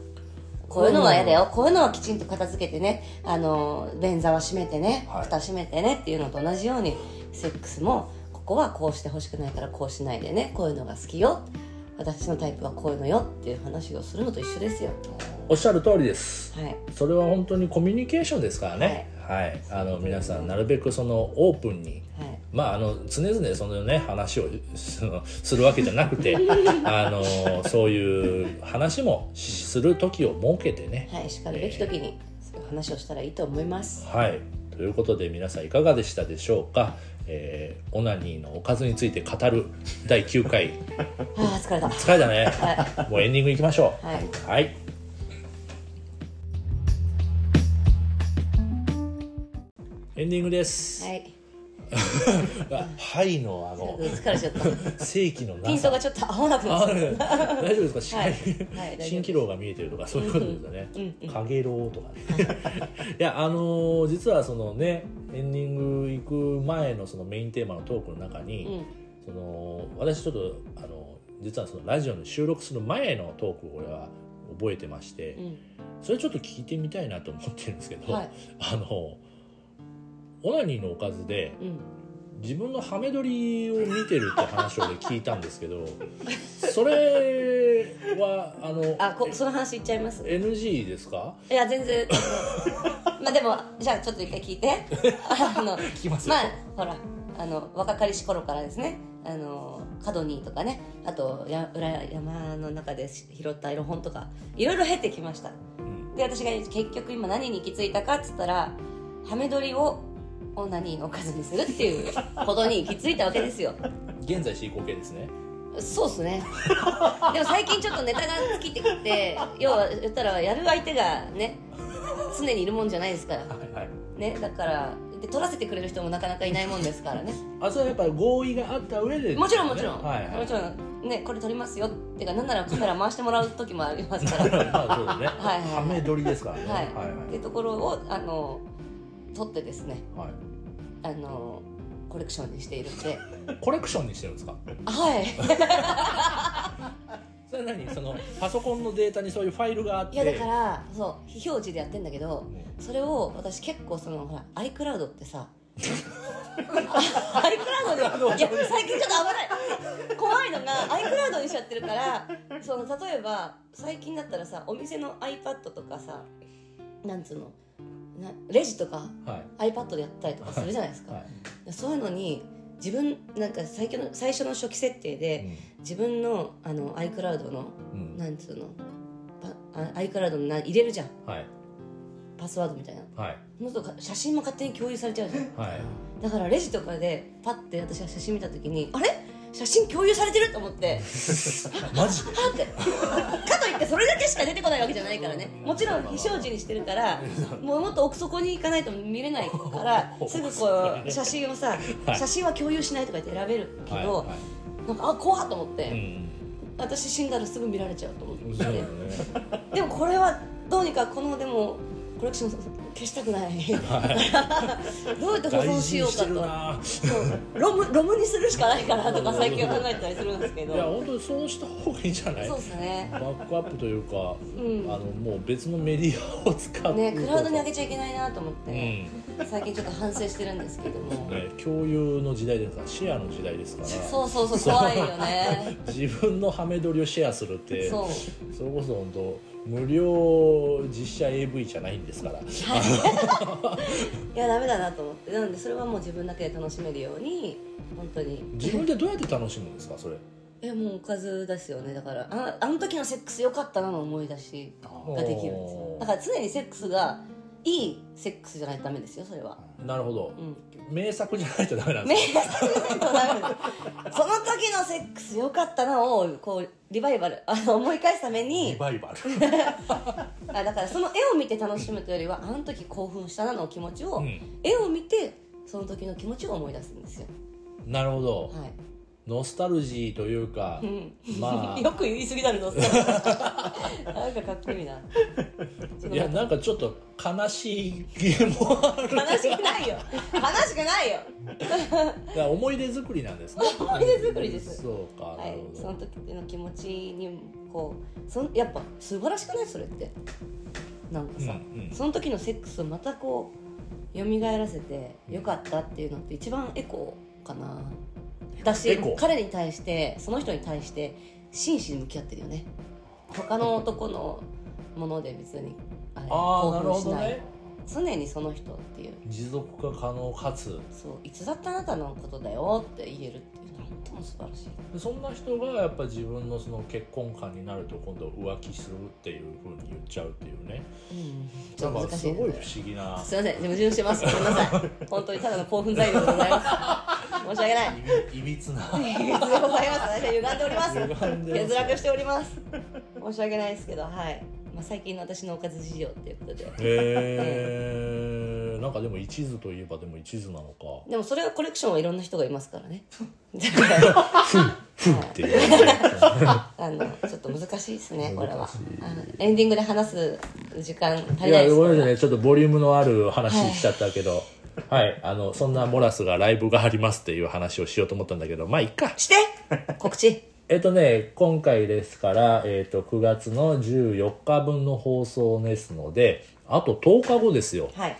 Speaker 1: こういうのは嫌だよこういうのはきちんと片付けてねあの便座は閉めてね
Speaker 2: はい
Speaker 1: 蓋閉めてねっていうのと同じようにセックスもここはこうしてほしくないからこうしないでねこういうのが好きよ私のタイプはこういうのよっていう話をするのと一緒ですよ
Speaker 2: おっしゃる通りです
Speaker 1: はい
Speaker 2: それは本当にコミュニケーションですからね、はいあの皆さんなるべくそのオープンに
Speaker 1: はい
Speaker 2: まああの常々そのね話をそのするわけじゃなく てあのそういう話もしする時を設けてね
Speaker 1: はいしかるべき時にそういう話をしたらいいと思います
Speaker 2: はいということで皆さんいかがでしたでしょうか、えーオナニーのおかずについて語る第9回
Speaker 1: ああ疲れた
Speaker 2: 疲れたね
Speaker 1: は
Speaker 2: もうエンディングいきましょ
Speaker 1: い、はい、
Speaker 2: うはいエンディングです、
Speaker 1: はい
Speaker 2: あはいのあ の
Speaker 1: 疲れちゃった
Speaker 2: 正規のな
Speaker 1: ピント
Speaker 2: さ
Speaker 1: がちょっと合わなくな
Speaker 2: あ
Speaker 1: っちゃっ
Speaker 2: 大丈夫です
Speaker 1: た
Speaker 2: か
Speaker 1: はい、
Speaker 2: 視界
Speaker 1: はい、大丈
Speaker 2: 蜃
Speaker 1: 夫
Speaker 2: 気楼が見えてるとかそういうことですよね
Speaker 1: うんうん
Speaker 2: 影楼とかね いやあのー実はそのねエンディング行く前のそのメインテーマのトークの中
Speaker 1: う
Speaker 2: に、
Speaker 1: ん
Speaker 2: その私ちょっとあの実はそのラジオの収録する前のトークを俺は覚えてまして
Speaker 1: う、ん
Speaker 2: それちょっと聞いてみたいなと思ってるんですけど、
Speaker 1: はい
Speaker 2: あのオナニーのおかずで、
Speaker 1: うん
Speaker 2: 自分のハメ撮りを見てるって話を俺聞いたんです けどそれはあの
Speaker 1: あこその話言っちゃいます
Speaker 2: NG ですか
Speaker 1: いや全然まあでもじゃあちょっと一回聞いてあの
Speaker 2: 聞きま
Speaker 1: まあほらあの若かりし頃からですねあの角にとかねあとや裏山の中で拾った色本とかいろいろ経ってきました
Speaker 2: うん
Speaker 1: で私が結局今何に行き着いたかっつったらハメ撮りをオナニーのおかずにするっていうことに行き着いたわけですよ
Speaker 2: 現在進行形ですね
Speaker 1: そうっすね でも最近ちょっとネタが尽きてきて要は言ったらやる相手がね常にいるもんじゃないですから
Speaker 2: はいはい
Speaker 1: ねだからで撮らせてくれる人もなかなかいないもんですから ね
Speaker 2: あそれはやっぱり合意があった上で、
Speaker 1: もちろんもちろん、
Speaker 2: はいはい
Speaker 1: もちろんねこれ撮りますよってかなんならカメラ回してもらう時もありますから
Speaker 2: まあそうです
Speaker 1: はいは
Speaker 2: ね、
Speaker 1: い
Speaker 2: ハメ撮りですからね
Speaker 1: はい、
Speaker 2: はいはい
Speaker 1: ってところをあの撮ってですね
Speaker 2: はい
Speaker 1: あのコレクションにしているん で
Speaker 2: コレクションにしてるんですか
Speaker 1: はい
Speaker 2: それは何そのパソコンのデータにそういうファイルがあって
Speaker 1: いやだからそう非表示でやってんだけどそれを私結構そのほら iCloud ってさ iCloud でいや最近ちょっと危ない怖いのが iCloud にしちゃってるからその例えば最近だったらさお店の iPad とかさなんつうのなレジとか
Speaker 2: はい
Speaker 1: iPad でやったりとかするじゃないですか、
Speaker 2: はい
Speaker 1: そういうのに自分なんか最近の最初の初期設定で自分のあの iCloud の
Speaker 2: うんうん
Speaker 1: なんつうのパあ iCloud のな入れるじゃん
Speaker 2: はい
Speaker 1: パスワードみたいな
Speaker 2: はい
Speaker 1: そうするとか写真も勝手に共有されちゃうじゃん
Speaker 2: はい
Speaker 1: だからレジとかでパッて私が写真見た時にあれ写真共有されてると思って
Speaker 2: マジで
Speaker 1: パッてかといってそれだけしか出てこないわけじゃないからねもちろん非表示にしてるからもうもっと奥底に行かないと見れない からすぐこう写真をさ
Speaker 2: はい
Speaker 1: 写真は共有しないとか言って選べるけど、
Speaker 2: はいは
Speaker 1: なんかあ怖っと思っ
Speaker 2: い
Speaker 1: て、
Speaker 2: うん
Speaker 1: 私死んだらすぐ見られちゃうと思って
Speaker 2: そう だね
Speaker 1: でもこれはどうにかこのでもコレクション消したくないどうやって保存
Speaker 2: 大
Speaker 1: し
Speaker 2: 事
Speaker 1: よ
Speaker 2: に
Speaker 1: う
Speaker 2: し
Speaker 1: か
Speaker 2: てる
Speaker 1: と
Speaker 2: な
Speaker 1: そうロムロムにするしかないかなとか最近は考えてたりするんですけ
Speaker 2: いや
Speaker 1: ど
Speaker 2: 本当にそうした方がいいんじゃない
Speaker 1: そうですね
Speaker 2: バックアップというか、
Speaker 1: ん
Speaker 2: あのもう別のメディアを使って
Speaker 1: ねクラウドに上げ
Speaker 2: て、
Speaker 1: ちゃいけないなと思っ
Speaker 2: う
Speaker 1: て、
Speaker 2: んね
Speaker 1: 最近ちょっと反省してるんですけども
Speaker 2: 共有の時代ですからシェアの時代ですから
Speaker 1: そうそうそう怖いよね
Speaker 2: 自分のハメ撮りをシェアするって
Speaker 1: そう
Speaker 2: それこそ本当無料実写 AV じゃないんですから
Speaker 1: いやダメだなと思ってなのでそれはもう自分だけで楽しめるように本当に
Speaker 2: 自分でどうやって楽しむんですかそれ
Speaker 1: えもうおかずですよねだからああの時のセックス良かったなの思い出しができるんですよ
Speaker 2: おー
Speaker 1: だから常にセックスがいいセックスじゃないとダメですよそれは
Speaker 2: なるほど
Speaker 1: う、ん
Speaker 2: 名作じゃないとダメなんで
Speaker 1: 名
Speaker 2: す
Speaker 1: 作じゃないとダメですその時のセックス良かったなをこうリバイバルあの思い返すため
Speaker 2: リ
Speaker 1: に
Speaker 2: バイバル
Speaker 1: あだからその絵を見て楽しむというよりはあの時興奮したなの気持ちを、
Speaker 2: うん
Speaker 1: 絵を見てその時の気持ちを思い出すんですよ
Speaker 2: なるほど、
Speaker 1: はい
Speaker 2: ノスタルジーというか、ま あ
Speaker 1: よく言い過ぎだるの なんかかっこいいなちょっ
Speaker 2: いや
Speaker 1: と
Speaker 2: なんかちょっと悲しいゲームもある
Speaker 1: 悲しくないよ悲しくないよ
Speaker 2: だから思い出作りなんですね
Speaker 1: 思い出作りです
Speaker 2: そうか、
Speaker 1: は
Speaker 2: ないるほど
Speaker 1: その時の気持ちにこうそんやっぱ素晴らしくないそれってなんかさ、
Speaker 2: うんうん
Speaker 1: その時のセックスをまたこう蘇らせてよかったっていうのって一番エコーかなだ
Speaker 2: エ
Speaker 1: し
Speaker 2: コー
Speaker 1: 彼に対してその人に対して真摯に向き合ってるよね他の男のもので別にあれ
Speaker 2: ああなる
Speaker 1: 興奮
Speaker 2: ほ
Speaker 1: し
Speaker 2: ど
Speaker 1: ない、
Speaker 2: ね
Speaker 1: 常にその人っていう
Speaker 2: 持続化可能かつ
Speaker 1: そういつだってあなたのことだよって言えるっていうのは本当に素晴らしい
Speaker 2: そんな人がやっぱ自分のその結婚観になると今度浮気するっていうふうに言っちゃうっていうね
Speaker 1: うんち
Speaker 2: な
Speaker 1: ょっ
Speaker 2: ん
Speaker 1: と
Speaker 2: か
Speaker 1: 難し
Speaker 2: す
Speaker 1: い
Speaker 2: ごい
Speaker 1: で
Speaker 2: 不
Speaker 1: す
Speaker 2: 思議な
Speaker 1: すいません矛盾してますごめんなさい本当にただの興奮材料でございます申し訳ない
Speaker 2: いびいびつな
Speaker 1: いびつでございます私は歪んでおります
Speaker 2: 歪んでます
Speaker 1: 欠落しております申し訳ないですけどはい、まあ、最近の私のおかず事情っていうことで
Speaker 2: へえんかでも一途といえばでも一途なのか
Speaker 1: でもそれはコレクションはいろんな人がいますからねだから
Speaker 2: ふんっていうね
Speaker 1: あのちょっと難しいですねこれは
Speaker 2: 難しい
Speaker 1: あのエンディングで話す時間足りない
Speaker 2: い
Speaker 1: で
Speaker 2: や
Speaker 1: す
Speaker 2: ごめんなさいねちょっとボリュームのある話しちゃったけどはい、あのそんなモラスがライブがありますっていう話をしようと思ったんだけどまあいっか
Speaker 1: して告知
Speaker 2: えっとね、今回ですから、えっと、9月の14日分の放送ですので、あと10日後ですよ、
Speaker 1: はい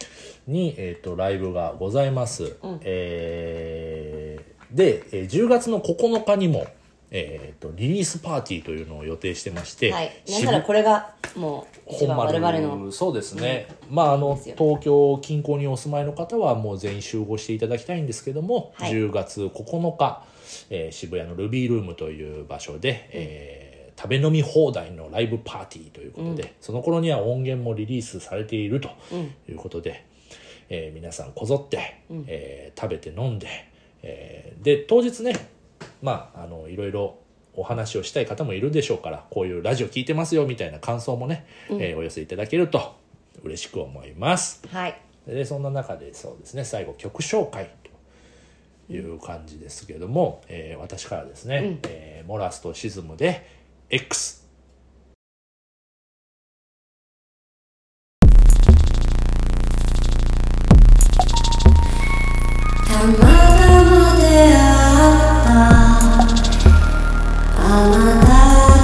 Speaker 2: に、えっと、ライブがございます。えーで、えー10月の9日にも、えっと、リリースパーティーというのを予定してまして、
Speaker 1: はいなん
Speaker 2: 渋
Speaker 1: ならこれがもう一番
Speaker 2: 本
Speaker 1: 我
Speaker 2: 丸
Speaker 1: 々の
Speaker 2: そうですね、まああの
Speaker 1: ですよ
Speaker 2: 東京近郊にお住まいの方はもう全員集合していただきたいんですけども、
Speaker 1: はい
Speaker 2: 10月9日、えー渋谷のルビールームという場所で、えー食べ飲み放題のライブパーティーということで、その頃には音源もリリースされているということで、えー皆さんこぞって、えー食べて飲んで、えーで当日ねまああのいろいろお話をしたい方もいるでしょうからこういうラジオ聞いてますよみたいな感想もね、えーお寄せいただけると嬉しく思います
Speaker 1: はい
Speaker 2: でそんな中でそうですね最後曲紹介という感じですけども、えー私からですね、えーモラスとシズムで X
Speaker 4: たまたま出会ったあなた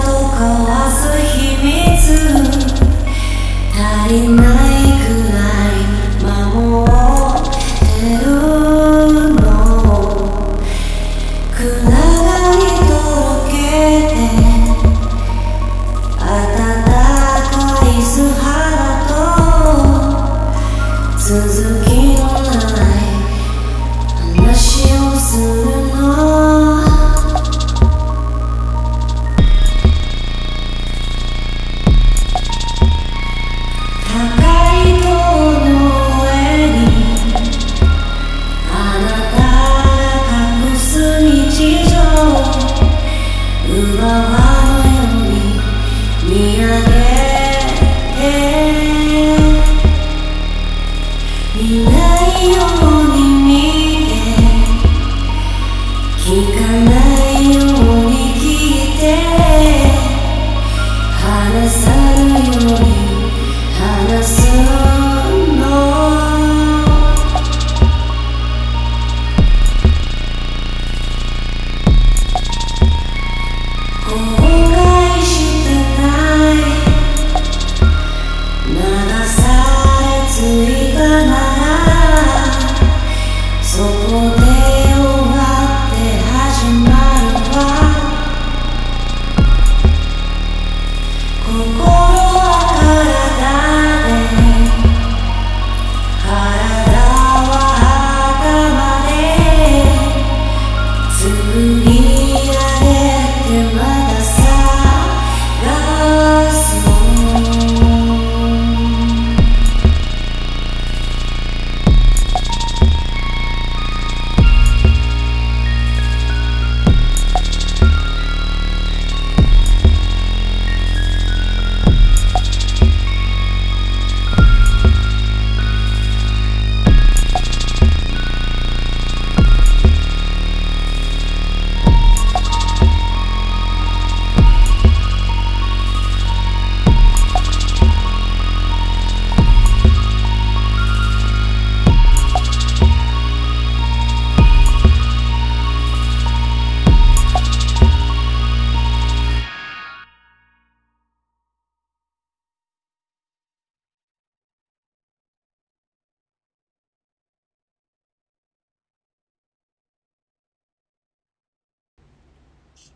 Speaker 4: と交わす秘密足りないくらい守ってるの暗がりとろけて温かい素肌と「後悔してない流され着いたならそこで終わって始まるわ心は体で体は頭で作り上げてまた探そう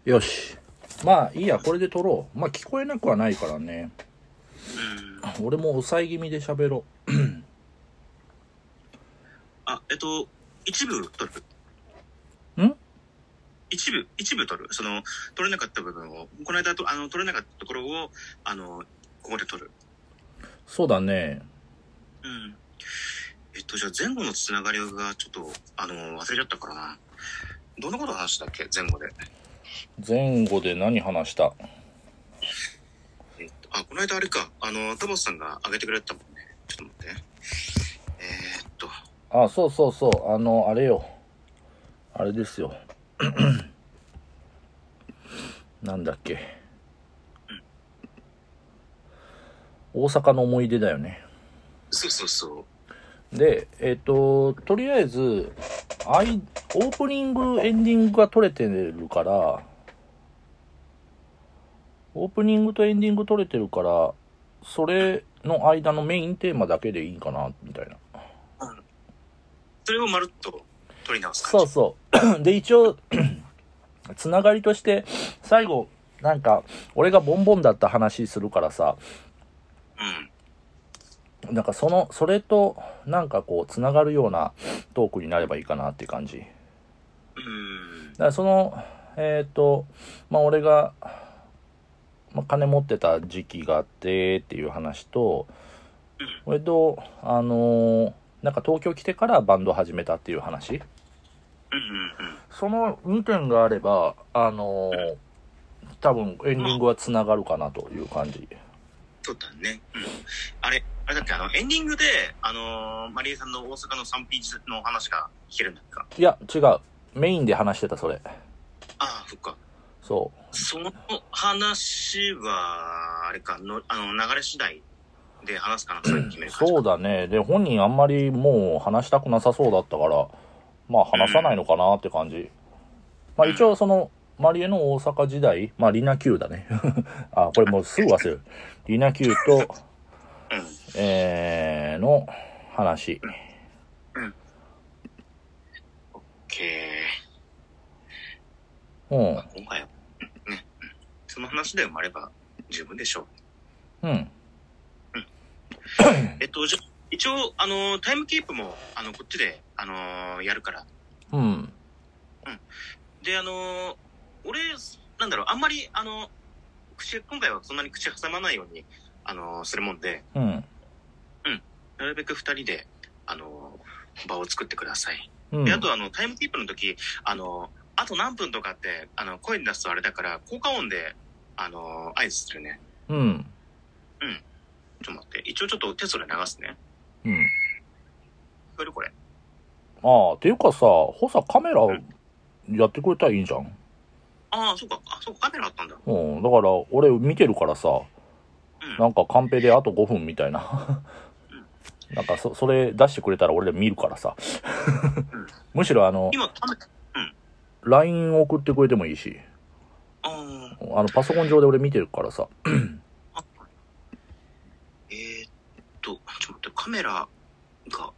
Speaker 2: よし。まあいいや、これで撮ろう。まあ聞こえなくはないからね。俺も抑え気味で喋ろ
Speaker 5: あ、えっと、一部取
Speaker 2: う。
Speaker 5: る
Speaker 2: ん
Speaker 5: 一部、一部取る。その、取れなかった部分を、この間と、あの、取れなかったところを、あの、ここで取る。
Speaker 2: そうだね。
Speaker 5: うん。えっと、じゃあ前後のつながりがちょっと、あの、忘れちゃったからな。どんなこと話したっけ前後で。
Speaker 2: 前後で何話した
Speaker 5: えっとあ、この間あれか。あの、タモスさんが上げてくれたもんね。ちょっと待って。えーっと、
Speaker 2: あ、そうそうそう。あの、あれよ。あれですよ。 なんだっけ。大阪の思い出だよね。
Speaker 5: そうそうそう。
Speaker 2: で、えっ、と、とりあえず、あい、オープニング、エンディングが取れてるから、オープニングとエンディング取れてるから、それの間のメインテーマだけでいいかな、みたいな。
Speaker 5: それをまるっと取り直す感
Speaker 2: そ
Speaker 5: じ
Speaker 2: う。そう。 で、一応、つながりとして、最後、なんか、俺がボンボンだった話するからさ、
Speaker 5: うん。
Speaker 2: なんかその、それと、なんかこう、つながるようなトークになればいいかなって感じ。だか
Speaker 5: うん。
Speaker 2: らその、えっ、と、まあ、俺が、まあ、金持ってた時期があってっていう話と、俺と、あのーなんか東京来てからバンド始めたっていう話。
Speaker 5: うんうんうん。
Speaker 2: その2点があれば、あのー多分エンディングはつながるかなという感じ。
Speaker 5: そうだね。うん。あれ、あれだって、あの、エンディングで、あのーマリエさんの大阪の 3P の話が聞けるんだっけか。
Speaker 2: いや、違う。メインで話してた、それ。
Speaker 5: ああ、そっか。
Speaker 2: そ
Speaker 5: その話は、あれか、の、あの、流れ次第で話すかな、それ決め
Speaker 2: う。
Speaker 5: る感じ
Speaker 2: そう
Speaker 5: か。
Speaker 2: だね。で、本人あんまりもう話したくなさそうだったから、まあ話さないのかなって感じ。まあ一応その、マリエの大阪時代、まあリナ Q だね。 あ、これもうすぐ忘れる。リナ Q と、えー、の話。
Speaker 5: オッケ
Speaker 2: うん
Speaker 5: ー。まあ、。今回は、うんね。うんその話で埋まれば十分でしょう。
Speaker 2: うん。
Speaker 5: えっと、じゃ、一応、あのータイムキープも、あの、こっちで、あのーやるから。
Speaker 2: うん。
Speaker 5: で、あのー俺、なんだろう、あんまり、あの、口、今回はそんなに口挟まないように、あのーするもんで、
Speaker 2: うん。
Speaker 5: なるべく二人で、あのー場を作ってください。
Speaker 2: うん
Speaker 5: で、あと、あの、タイムキープの時、あのーあと何分とかって、あの、声に出すとあれだから、効果音で、あのー合図するね。
Speaker 2: うん。
Speaker 5: ちょっと待って。一応ちょっとテストで流すね。
Speaker 2: うん。
Speaker 5: 聞こえるこれ。
Speaker 2: ああ、ていうかさ、ほさ、カメラやってくれたらいいんじゃん。
Speaker 5: ああ、そうか。あ、そうか。カメラあったんだ。
Speaker 2: うん。だから、俺見てるからさ、
Speaker 5: うん。
Speaker 2: なんかカンペであと5分みたいな。なんかそ、それ出してくれたら俺ら見るからさ。むしろあの、
Speaker 5: 今、カメラ、
Speaker 2: LINE 送ってくれてもいいし。
Speaker 5: ああ、
Speaker 2: あのパソコン上で俺見てるからさ
Speaker 5: えー、っと、ちょっと待って、カメラが、ど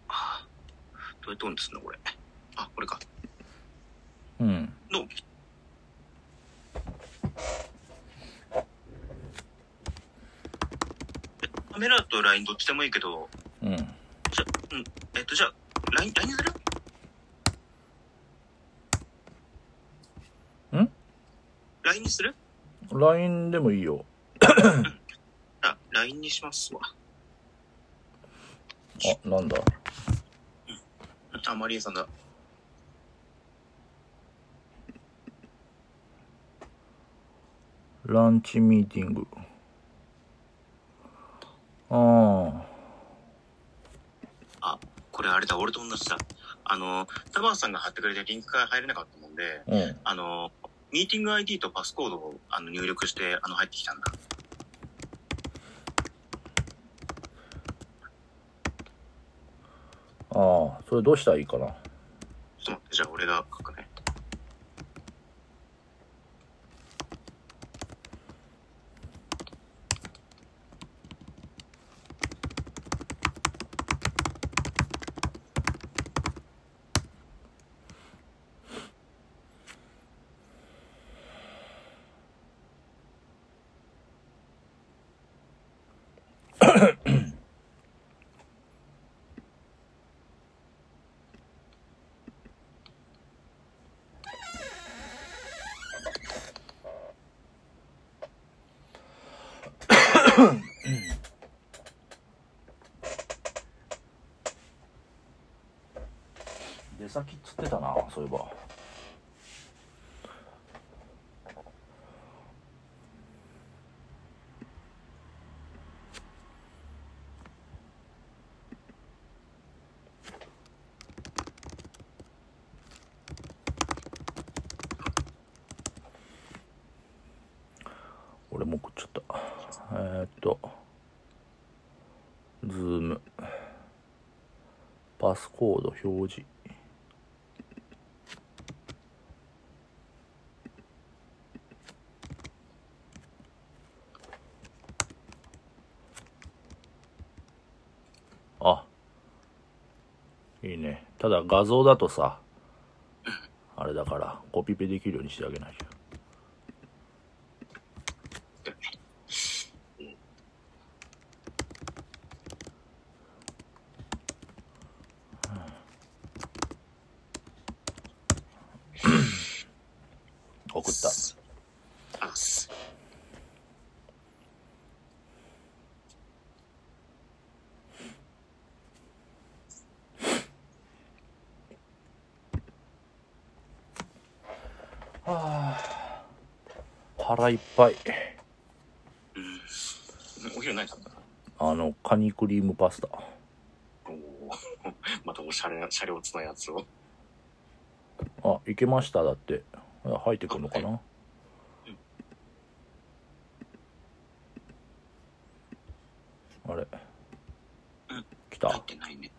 Speaker 5: うやってオンにすんのこれ。あ、これか。
Speaker 2: うん
Speaker 5: どうカメラと LINE どっちでもいいけど、
Speaker 2: うん
Speaker 5: じゃ、うん、えっと、じゃあ、LINE、LINE にする
Speaker 2: ん
Speaker 5: ?LINE にする
Speaker 2: LINE でもいいよ
Speaker 5: あ、LINE にしますわ。
Speaker 2: あなんだ
Speaker 5: あ、マリエさんだ。
Speaker 2: ランチミーティングあ
Speaker 5: あ、これあれだ、俺と同じだ。あの、タバーさんが貼ってくれてリンクが入れなかったもんで、
Speaker 2: あうん
Speaker 5: あの、ミーティング ID とパスコードをあの入力して、あの、入ってきたんだ。
Speaker 2: ああそれどうしたらいいかな
Speaker 5: ちょっと待って、じゃあ俺が書くね。
Speaker 2: 出先っつってたなそういえば俺もう食っちゃったえー、っとズームパスコード表示あいいねただ画像だとさあれだからコピペできるようにしてあげないと 送った
Speaker 5: あ、す
Speaker 2: 腹いっぱい
Speaker 5: お昼何食べた
Speaker 2: あのカニクリームパスタ
Speaker 5: おおまたおしゃれな、シャレオツなやつを。
Speaker 2: あいけましただってあ入ってくるのかなあれ来
Speaker 5: 入
Speaker 2: た
Speaker 5: ってないね。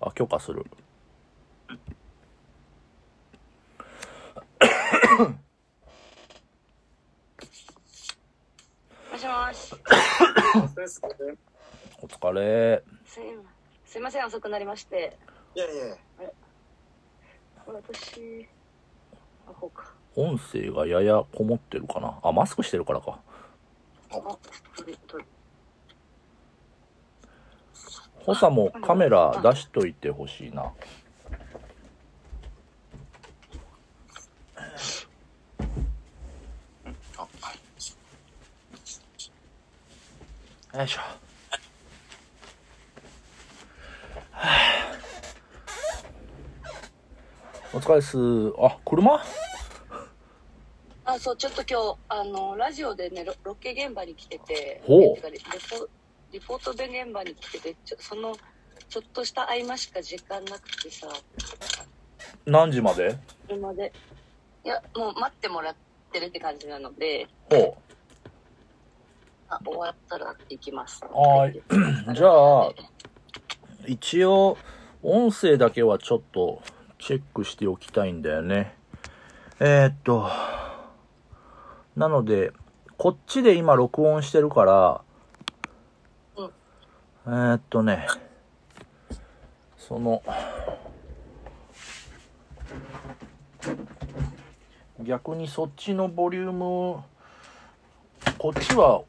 Speaker 2: あ許可する
Speaker 1: もしもし。
Speaker 5: す
Speaker 2: お疲れ
Speaker 1: すいすいません、遅くなりまして。
Speaker 5: いやいや
Speaker 1: 私、あ、こうか。
Speaker 2: 音声がややこもってるかなあマスクしてるからか
Speaker 1: あ、取り取り
Speaker 2: 補佐もカメラ出しといてほしいな
Speaker 5: あ、はい。
Speaker 2: よいしょお疲れっすあ車
Speaker 1: あ、そう、ちょっと今日、あの、ラジオでね、ロロケ現場に来てて、
Speaker 2: ほう
Speaker 1: てかリポリポートで現場に来てて、ちょその、ちょっとした合間しか時間なくてさ、
Speaker 2: 何時まで
Speaker 1: 車で、いや、もう待ってもらってるって感じなので、
Speaker 2: ほ
Speaker 1: あ、終わったら行きます。
Speaker 2: はーいじゃあう一応音声だけはちょっとチェックしておきたいんだよねえー、っとなので、こっちで今録音してるから、
Speaker 1: うん
Speaker 2: えーっとね、その、逆にそっちのボリュームをこっちは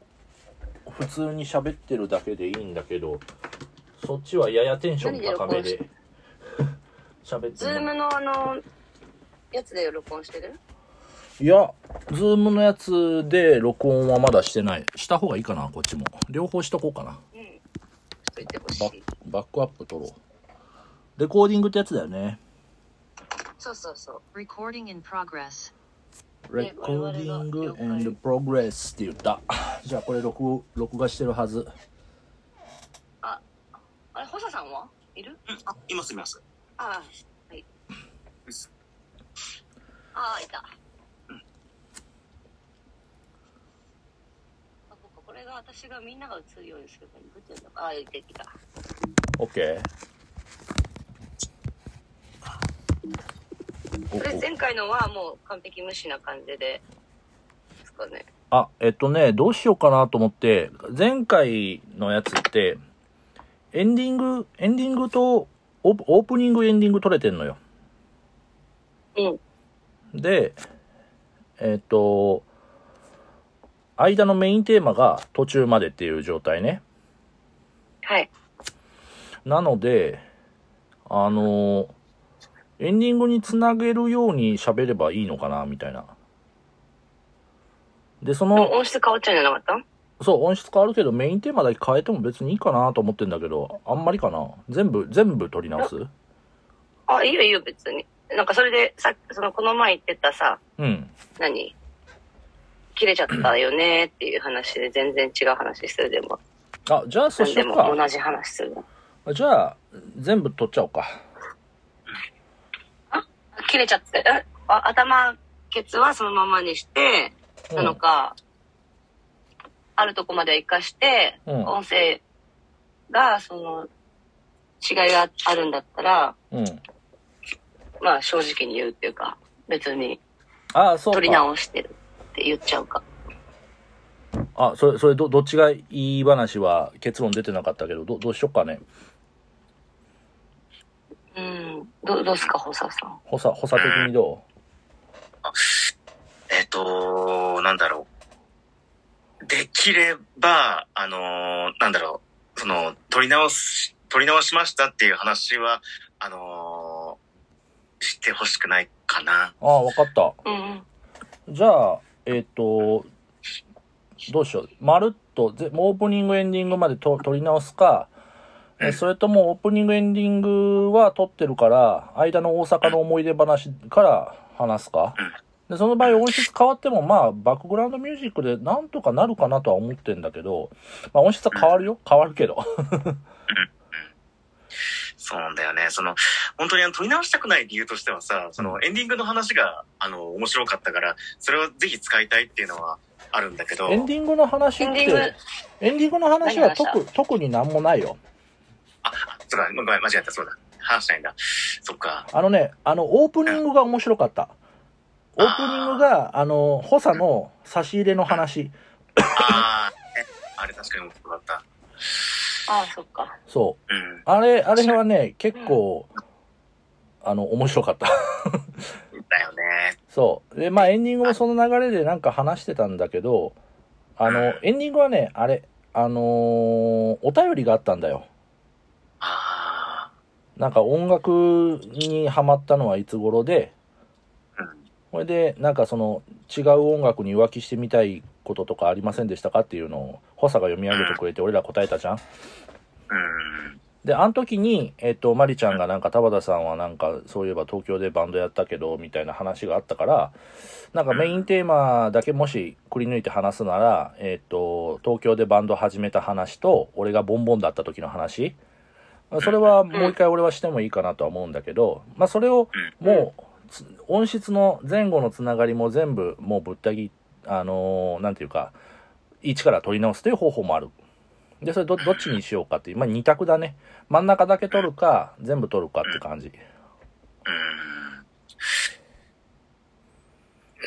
Speaker 2: 普通に喋ってるだけでいいんだけど、そっちはややテンション高めで喋って
Speaker 1: ズー
Speaker 2: る
Speaker 1: ムのあのやつで録音してる
Speaker 2: いや、ズームのやつで録音はまだしてない。した方がいいかな、こっちも。両方しとこうかな。
Speaker 1: うんしといてほし
Speaker 2: バ
Speaker 1: い
Speaker 2: バックアップ取ろう。レコーディングってやつだよね。
Speaker 1: そうそうそう
Speaker 6: Recording in progress.
Speaker 2: レ
Speaker 1: ね
Speaker 2: コーディング
Speaker 1: 我々が
Speaker 2: and progress って言った。じゃあこれ録音録画してるはず。
Speaker 1: あれ補佐さんはいる
Speaker 5: うん、あ、いますいます。
Speaker 1: ああはいああいた、あこここれが私がみんなが映るようにすればいいどうやってやるのかああ出てきた
Speaker 2: OK。
Speaker 1: これ前回のはもう完璧無視な感じでですかね
Speaker 2: あ、えっとね、どうしようかなと思って、前回のやつって、エンディング、エンディングとオープ、オープニング、エンディング取れてんのよ。
Speaker 1: うん
Speaker 2: で、えっと、間のメインテーマが途中までっていう状態ね。
Speaker 1: はい
Speaker 2: なので、あの、エンディングにつなげるように喋ればいいのかな、みたいな。で、その、
Speaker 1: 音質変わっちゃうんじゃなかった
Speaker 2: そう、音質変わるけど、メインテーマだけ変えても別にいいかなと思ってんだけど、あんまりかな全部、全部取り直す
Speaker 1: あ、いいよいいよ、別に。なんかそれで、さその、この前言ってたさ、
Speaker 2: うん。
Speaker 1: 何切れちゃったよねっていう話で全然違う話するでも、
Speaker 2: あ、じゃあそう
Speaker 1: 何
Speaker 2: し
Speaker 1: で
Speaker 2: よう
Speaker 1: も
Speaker 2: か。
Speaker 1: 同じ話するの。
Speaker 2: じゃあ、全部取っちゃおうか。
Speaker 1: あ切れちゃって、えあ頭、ケツはそのままにして、
Speaker 2: うん
Speaker 1: なのか、あるとこまでは活かして、
Speaker 2: うん
Speaker 1: 音声が、その、違いがあるんだったら、
Speaker 2: うん。
Speaker 1: まあ正直に言うっていうか、別に
Speaker 2: あ、そうか。
Speaker 1: 取り直してるって言っちゃうか。
Speaker 2: あ、それ、それど、どっちがいい話は結論出てなかったけど、どどうしようかね。
Speaker 1: うん。どどうすか、補佐さん。
Speaker 2: 補佐、補佐的にど
Speaker 5: えっ、と、なんだろう。できれば、あのーなんだろう。その、取り直し、取り直しましたっていう話は、あのーしてほしくないかな。
Speaker 2: うあ、わかった。
Speaker 1: うんうん。
Speaker 2: じゃあ、えっ、と、どうしよう。まるっと、ぜオープニング、エンディングまでと撮り直すか、えそれともオープニング、エンディングは撮ってるから、間の大阪の思い出話から話すか。で、その場合音質変わっても、まあ、バックグラウンドミュージックでなんとかなるかなとは思ってんだけど、まあ音質は変わるよ。変わるけど。
Speaker 5: そうなんだよね。その、本当にあの、取り直したくない理由としてはさ、その、エンディングの話が、あの、面白かったから、それをぜひ使いたいっていうのはあるんだけど、
Speaker 2: エンディングの話
Speaker 1: エ
Speaker 2: っ
Speaker 1: ンデ
Speaker 2: て
Speaker 1: ィング、、
Speaker 2: エンディングの話は
Speaker 1: 何話
Speaker 2: 特特になんもないよ。
Speaker 5: そうだ、ごめん、間違えた、そうだ。話したいんだ。そっか。
Speaker 2: あのね、あの、オープニングが面白かった。オープニングが、あの、補佐の差し入れの話。
Speaker 5: あー、ねあれ確かに面白かった。
Speaker 1: ああ、そっか。
Speaker 2: そう。
Speaker 5: うん。
Speaker 2: あれ、あれはね、結構、あの、面白かった。
Speaker 5: だよね。
Speaker 2: そう。で、まあ、エンディングもその流れでなんか話してたんだけど、あの、エンディングはね、あれ、あのーお便りがあったんだよ。
Speaker 5: あ
Speaker 2: なんか音楽にハマったのはいつ頃で、
Speaker 5: うん
Speaker 2: これで、なんかその違う音楽に浮気してみたいこととかありませんでしたかっていうのを、補佐が読み上げてくれて、俺ら答えたじゃん。
Speaker 5: ー、うん。
Speaker 2: で、あの時に、えっ、と、まりちゃんがなんか、田畑さんはなんか、そういえば東京でバンドやったけど、みたいな話があったから、なんかメインテーマだけもしくり抜いて話すなら、えっ、と、東京でバンド始めた話と、俺がボンボンだった時の話、それはもう一回俺はしてもいいかなとは思うんだけど、まあそれをもうつ、音質の前後のつながりも全部もうぶった切あのーなんていうか、一から取り直すという方法もある。で、それど、どっちにしようかっていう、まあ二択だね。真ん中だけ取るか、全部取るかって感じ。
Speaker 5: う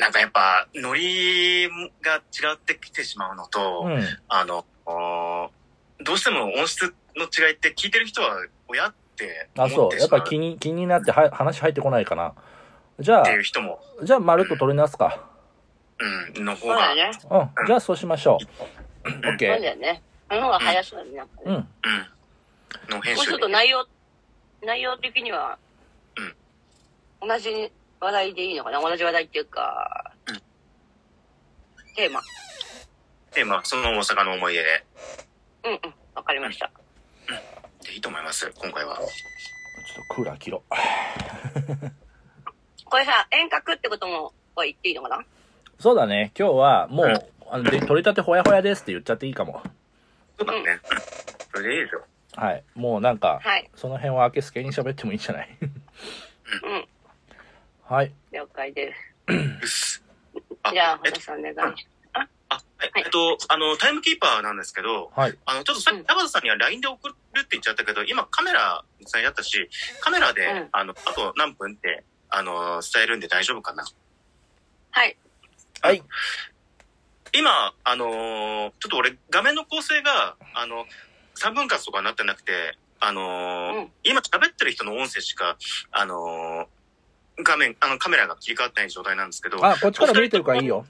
Speaker 5: なんかやっぱ、ノリが違ってきてしまうのと、
Speaker 2: うん。
Speaker 5: あの、おどうしても音質の違いって聞いてる人は親って思
Speaker 2: あ、
Speaker 5: っ
Speaker 2: そう。
Speaker 5: て
Speaker 2: やっ
Speaker 5: しま
Speaker 2: ぱ
Speaker 5: うっ
Speaker 2: 気に、気になっては話入ってこないかな。じゃあ
Speaker 5: て、いう人も、
Speaker 2: じゃあ、まるっと取り直すか。
Speaker 5: うん、の方
Speaker 1: そう
Speaker 5: が
Speaker 1: だ、ね。
Speaker 2: うん。じゃあ、そうしましょう。オッ
Speaker 1: そう
Speaker 2: ケ
Speaker 1: だよね。あの方が早そうだね。なんか
Speaker 2: ー。う
Speaker 1: ね
Speaker 2: ん。
Speaker 5: うん、の編
Speaker 1: もうち
Speaker 5: 集
Speaker 1: ょっと内容、内容的には、同じ話題でいいのかな同じ話題っていうか、
Speaker 5: うん
Speaker 1: テーマ。
Speaker 5: で、まあ、その大阪の思い出で
Speaker 1: うんうん。わかりました。
Speaker 5: でいいと思います、今回は。
Speaker 2: ちょっとクーラー切ろう。
Speaker 1: これさ、遠隔ってことも、は言っていいのかな
Speaker 2: そうだね。今日は、も
Speaker 5: うん
Speaker 2: う、あので取り立てほやほやですって言っちゃっていいかも。
Speaker 5: そうだね。うんそれでいいですよ。
Speaker 2: はい。もうなんか、
Speaker 1: はい。
Speaker 2: その辺は明けすけに喋ってもいいんじゃない
Speaker 1: うん。
Speaker 2: はい。
Speaker 1: 了解です。
Speaker 5: うっすあ
Speaker 1: じゃあ、
Speaker 5: えっ
Speaker 1: 堀
Speaker 5: と、
Speaker 1: さんお願いします。
Speaker 5: あはい
Speaker 1: はい
Speaker 5: えっと、あの、タイムキーパーなんですけど、
Speaker 2: はい。
Speaker 5: あの、ちょっとさっ
Speaker 1: うん
Speaker 5: き、田畑さんには LINE で送るって言っちゃったけど、今カメラ伝えだったし、カメラで、
Speaker 1: うん
Speaker 5: あの、あと何分って、あの、伝えるんで大丈夫かな。
Speaker 1: はい。
Speaker 2: はい。
Speaker 5: 今、あのーちょっと俺、画面の構成が、あの、3分割とかになってなくて、あのー
Speaker 1: うん
Speaker 5: 今喋ってる人の音声しか、あのー画面、あの、カメラが切り替わってない状態なんですけど、
Speaker 2: あ、こっちから見えてるからいいよ。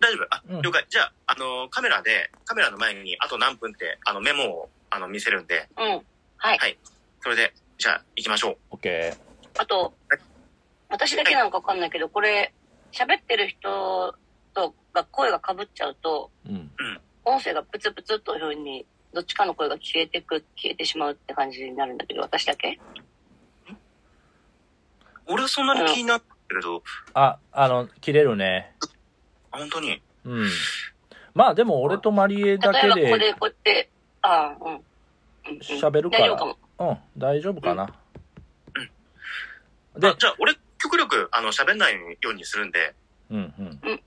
Speaker 5: 大丈夫あ、
Speaker 2: うん
Speaker 5: 了解。じゃあ、あのーカメラで、カメラの前に、あと何分って、あの、メモを、あの、見せるんで、
Speaker 1: うん。はい。
Speaker 5: それで、じゃあ、行きましょう。
Speaker 2: オッケ
Speaker 1: あと、私だけなのかわかんないけど、これ、喋ってる人とが声が被っちゃうと、
Speaker 2: ー。うん。
Speaker 1: 音声がプツプツっというふうに、どっちかの声が消えてく、消えてしまうって感じになるんだけど、私だけ
Speaker 5: 俺はそんなに気になってるけど、
Speaker 2: あ、あの、切れるね。
Speaker 5: あ本当に。
Speaker 2: うん。まあでも俺とマリエ
Speaker 1: 例
Speaker 2: だけ
Speaker 1: えばここ
Speaker 2: で、
Speaker 1: でこうやって、ああ、うん。うんうん
Speaker 2: 喋るから
Speaker 1: 大丈夫かも。
Speaker 2: うん、大丈夫かな。で
Speaker 5: あ、じゃあ、俺、極力、あの、喋んないようにするんで、
Speaker 2: うん、うん
Speaker 1: うん。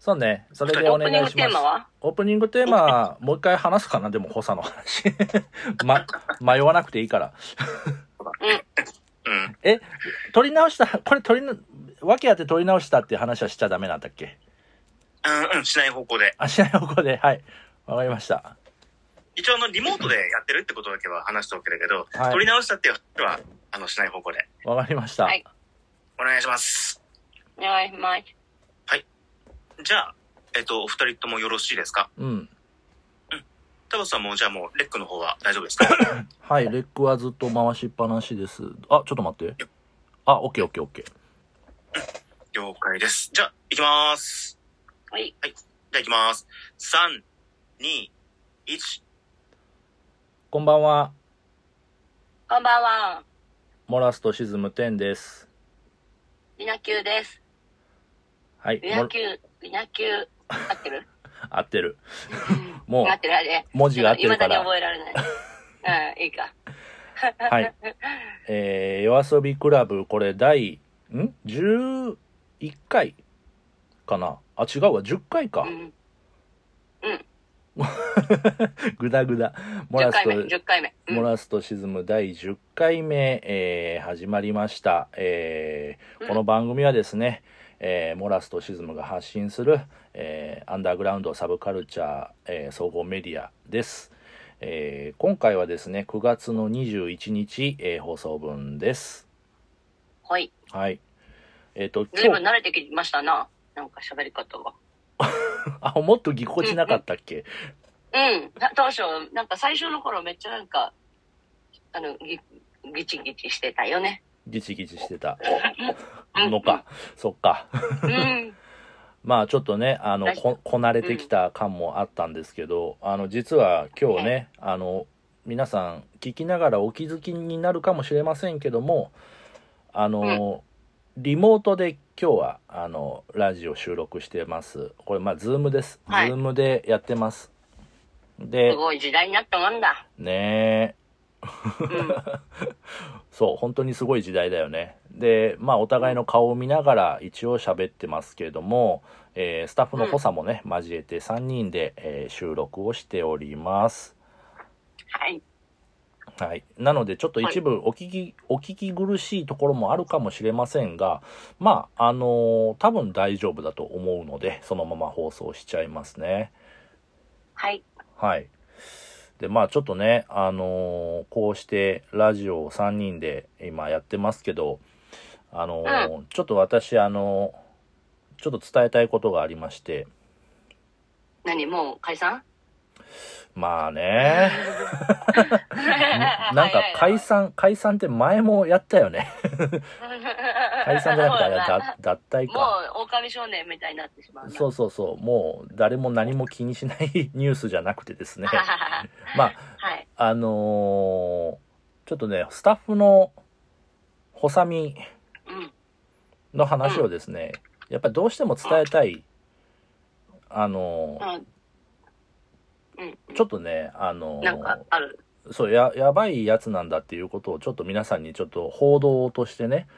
Speaker 2: そうね。それで
Speaker 1: オ
Speaker 2: お
Speaker 1: ープ
Speaker 2: 願
Speaker 1: ニン
Speaker 2: い
Speaker 1: グ
Speaker 2: し
Speaker 1: テ
Speaker 2: ま
Speaker 1: ー
Speaker 2: す
Speaker 1: マ。は
Speaker 2: オープニングテーマ、もう一回話すかなでも、補佐の話。 ま、迷わなくていいから。
Speaker 5: うん。
Speaker 2: 取り直した、これ取りな、訳あって取り直したっていう話はしちゃダメなんだっけ
Speaker 5: うん、うん、しない方向で。
Speaker 2: あ、しない方向で、はい。わかりました。
Speaker 5: 一応、あの、リモートでやってるってことだけは話しておけるけど、
Speaker 2: はい
Speaker 5: 取り直したっていう話は、あの、しない方向で。
Speaker 2: わかりました。
Speaker 1: はい
Speaker 5: お願いします。
Speaker 1: お願いします。
Speaker 5: じゃあ、えっと、お二人ともよろしいですか
Speaker 2: うん。
Speaker 5: 田畑さんも、じゃあもう、レックの方は大丈夫で すか
Speaker 2: はい、レックはずっと回しっぱなしです。あ、ちょっと待って。あ、オッケーオッケーオッケー。
Speaker 5: 了解です。じゃあ、行きます。
Speaker 1: はい。
Speaker 5: じゃあ、行きます。3、2、1。
Speaker 2: こんばんは。
Speaker 1: こんばんは。
Speaker 2: モラスと沈む天です。
Speaker 1: リナキューです。
Speaker 2: はい、
Speaker 1: リ
Speaker 2: も
Speaker 1: ナ
Speaker 2: ろ
Speaker 1: キュー、リナキュー、合ってる
Speaker 2: 合ってる。も
Speaker 1: 合って
Speaker 2: う、
Speaker 1: るあれ。
Speaker 2: 文字が合ってるか
Speaker 1: いまだに覚
Speaker 2: ら。
Speaker 1: えられ ない。うん、いいか。
Speaker 2: はい。えー、夜遊びクラブ、これ第、ん ?11 回かなあ、違うわ、10回か
Speaker 1: う。ん。
Speaker 2: ぐだぐだ。モ
Speaker 1: 10
Speaker 2: ラス
Speaker 1: 回
Speaker 2: と
Speaker 1: 目、、10回目。うん
Speaker 2: モラスと沈む第10回目、えー始まりました、えー
Speaker 1: うん
Speaker 2: この番組はですね、えーモラスと沈むが発信する、えーアンダーグラウンドサブカルチャー、えー総合メディアです、えー今回はですね9月の21日、えー放送分です
Speaker 1: はい。
Speaker 2: はいえっ、と
Speaker 1: ずい
Speaker 2: 今
Speaker 1: ぶん
Speaker 2: 日
Speaker 1: 慣れてきましたな。なんか喋り方が。
Speaker 2: あもっとぎこちなかったっけ、
Speaker 1: うん。な当初、なんか最初の頃めっちゃなんか、あの、ぎ、ぎちぎちしてたよ ね。
Speaker 2: ギチギチしてた
Speaker 1: うん
Speaker 2: のか、そっか
Speaker 1: うん。
Speaker 2: まあちょっとねあの
Speaker 1: はい
Speaker 2: ここなれてきた感もあったんですけど、あの実は今日ねあの皆さん聞きながらお気づきになるかもしれませんけどもあの、リモートで今日はあのラジオ収録してますこれまあズームです、
Speaker 1: はい
Speaker 2: Zoom でやってます
Speaker 1: す
Speaker 2: で
Speaker 1: ごい時代になったもんだ。
Speaker 2: ねえ
Speaker 1: うん。
Speaker 2: そう本当にすごい時代だよねでまあお互いの顔を見ながら一応喋ってますけれども、えースタッフの補佐もね、交えて3人で、えー収録をしております
Speaker 1: はい。
Speaker 2: はい。なので、ちょっと一部お聞き、お聞き苦しいところもあるかもしれませんが、まあ、あのー多分大丈夫だと思うので、そのまま放送しちゃいますね。
Speaker 7: はい。
Speaker 2: はい。で、まあちょっとね、あのーこうしてラジオを3人で今やってますけど、あのーちょっと私、あのーちょっと伝えたいことがありまして、
Speaker 7: 何もう解散
Speaker 2: まあ ね、
Speaker 7: な
Speaker 2: なんか解散、解散って前もやったよ ね。解散じゃなくてあれはだ脱退
Speaker 7: も
Speaker 2: か。
Speaker 7: う狼少年みたいになってしまうな。
Speaker 2: そうそうそう、もう誰も何も気にしない ニュースじゃなくてですね。まあ、
Speaker 7: はい。
Speaker 2: あのーちょっとね、スタッフの、補佐美
Speaker 7: うん。
Speaker 2: の話をですね、やっぱりどうしても伝えたい、あのー、
Speaker 7: うん。
Speaker 2: ちょっとね、あのー
Speaker 7: なんかある。
Speaker 2: そうや、やばいやつなんだっていうことをちょっと皆さんにちょっと報道としてね、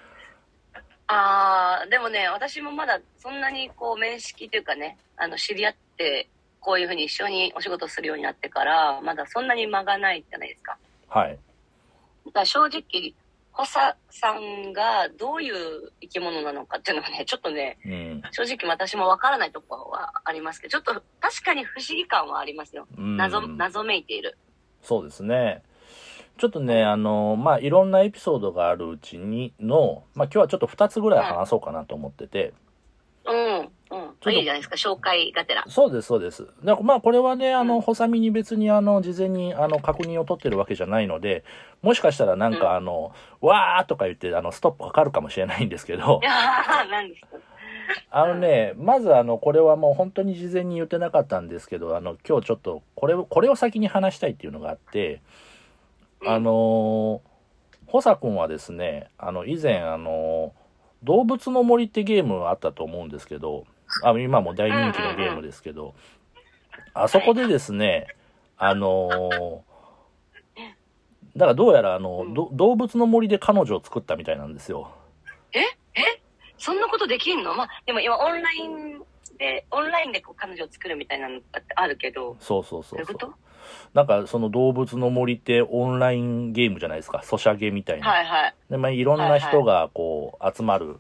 Speaker 7: あー、でもね、私もまだそんなにこう面識というかね、あの知り合って、こういうふうに一緒にお仕事するようになってから、まだそんなに間がないじゃないですか。
Speaker 2: はい、
Speaker 7: だから正直、補佐さんがどういう生き物なのかっていうのはね、ちょっとね、
Speaker 2: うん、
Speaker 7: 正直私もわからないところはありますけど、ちょっと確かに不思議感はありますよ。
Speaker 2: うん
Speaker 7: 謎、謎めいている。
Speaker 2: そうですね。ちょっとね、あのー、まあ、いろんなエピソードがあるうちにの、まあ、今日はちょっと2つぐらい話そうかなと思ってて、
Speaker 7: うん、うん。いいじゃないですか、紹介がてら。
Speaker 2: そうです、そうです。だからまあ、これはね、あ
Speaker 7: う
Speaker 2: の、
Speaker 7: ん
Speaker 2: 補佐見に別に、あの、事前に、あの、確認を取ってるわけじゃないので、もしかしたらなん
Speaker 7: うん
Speaker 2: か、あの、わーとか言って、あの、ストップかかるかもしれないんですけど
Speaker 7: い、やー、何ですか。
Speaker 2: あのね、まず、あの、これはもう本当に事前に言ってなかったんですけど、あの、今日ちょっと、これを、これを先に話したいっていうのがあって、
Speaker 7: うん
Speaker 2: あのー、補佐くんはですね、あの、以前、あのー、動物の森ってゲームあったと思うんですけど、あ今も大人気のゲームですけど、あそこでですね、あのーだからどうやらあの、
Speaker 7: うん
Speaker 2: ど動物の森で彼女を作ったみたいなんですよ。
Speaker 7: そんなことできんのまあ、でも今オンラインで、オンラインでこう彼女を作るみたいなのだってあるけど、
Speaker 2: そうそう
Speaker 7: ど
Speaker 2: そう
Speaker 7: いううこ
Speaker 2: そ
Speaker 7: と
Speaker 2: う。なんかその動物の森ってオンラインゲームじゃないですか。ソシャゲみたいな。
Speaker 7: はいはい。
Speaker 2: で、まあ、いろんな人がこう集まる。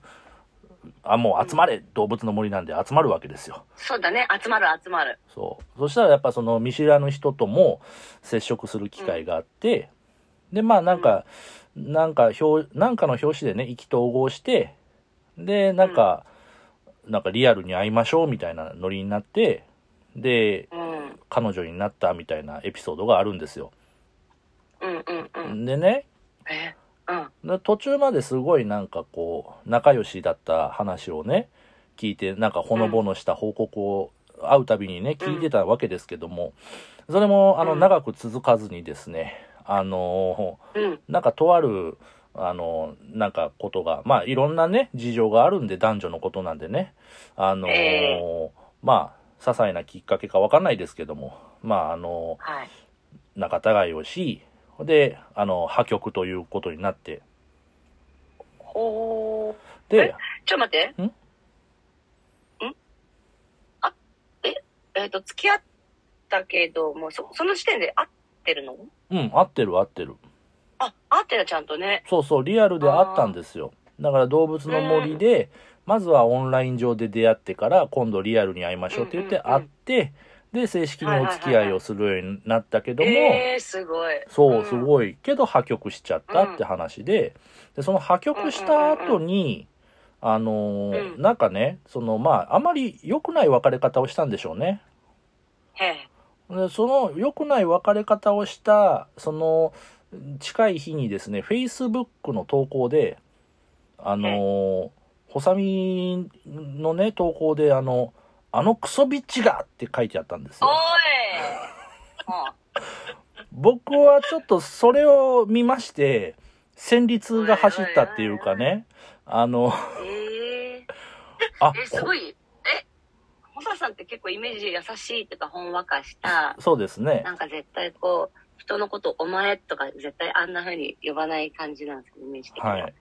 Speaker 2: あ、もう集まれ、動物の森なんで集まるわけですよ。
Speaker 7: そうだね、集まる集まる。
Speaker 2: そう。そしたらやっぱその見知らぬ人とも接触する機会があって、で、まあなんか、なんか表、なんかの表紙でね、意気投合して、で、なんか、なんかリアルに会いましょうみたいなノリになって、で、
Speaker 7: うん。うん
Speaker 2: 彼女になったみたいなエピソードがあるんですよ。
Speaker 7: うんうん。
Speaker 2: でね、
Speaker 7: えうん。
Speaker 2: で途中まですごいなんかこう仲良しだった話をね聞いてなんかほのぼのした報告を会うたびにね
Speaker 7: うん
Speaker 2: 聞いてたわけですけどもそれもあの
Speaker 7: うん
Speaker 2: 長く続かずにですねあの
Speaker 7: うん。
Speaker 2: なんかとあるあのなんかことがまあいろんなね事情があるんで男女のことなんでねあの
Speaker 7: え
Speaker 2: まあ些細なきっかけかわかんないですけどもまああの
Speaker 7: はい。
Speaker 2: 仲違いをしであの破局ということになって
Speaker 7: ほー。
Speaker 2: で
Speaker 7: ちょ、待って。
Speaker 2: ん
Speaker 7: んあ、え、えっ、と、付き合ったけど、もうそ、その時点で合ってるの
Speaker 2: うん、合ってる合ってる。
Speaker 7: あ、合ってるちゃんとね。
Speaker 2: そうそう、リアルであったんですよ。だから動物の森で、まずはオンライン上で出会ってから、今度リアルに会いましょうって言って
Speaker 7: うんうんう
Speaker 2: 会
Speaker 7: ん
Speaker 2: って、で、正式にお付き合いをするようになったけども、
Speaker 7: えー、すごい。
Speaker 2: そう、す
Speaker 7: い。
Speaker 2: ごいけど破局しちゃったって話で、で、その破局した後に、あのー
Speaker 7: うん
Speaker 2: なんかね、その、まあ、あまり良くない別れ方をしたんでしょうね。
Speaker 7: へえ。
Speaker 2: でその良くない別れ方をしたその近い日にですね Facebook の投稿であのー補佐見のね投稿であの「あのクソビッチが!」って書いてあったんです
Speaker 7: お
Speaker 2: よ
Speaker 7: いあ
Speaker 2: 僕はちょっとそれを見まして戦慄が走ったっていうかねあの
Speaker 7: えー。
Speaker 2: あ
Speaker 7: え、すごい。え、ホサさんって結構イメージ優しいっていうか、ほんわかした。
Speaker 2: そうですね
Speaker 7: なんか絶対こう、人のことお前とか絶対あんな風に呼ばない感じなんですけど、イメージ的に。
Speaker 2: はい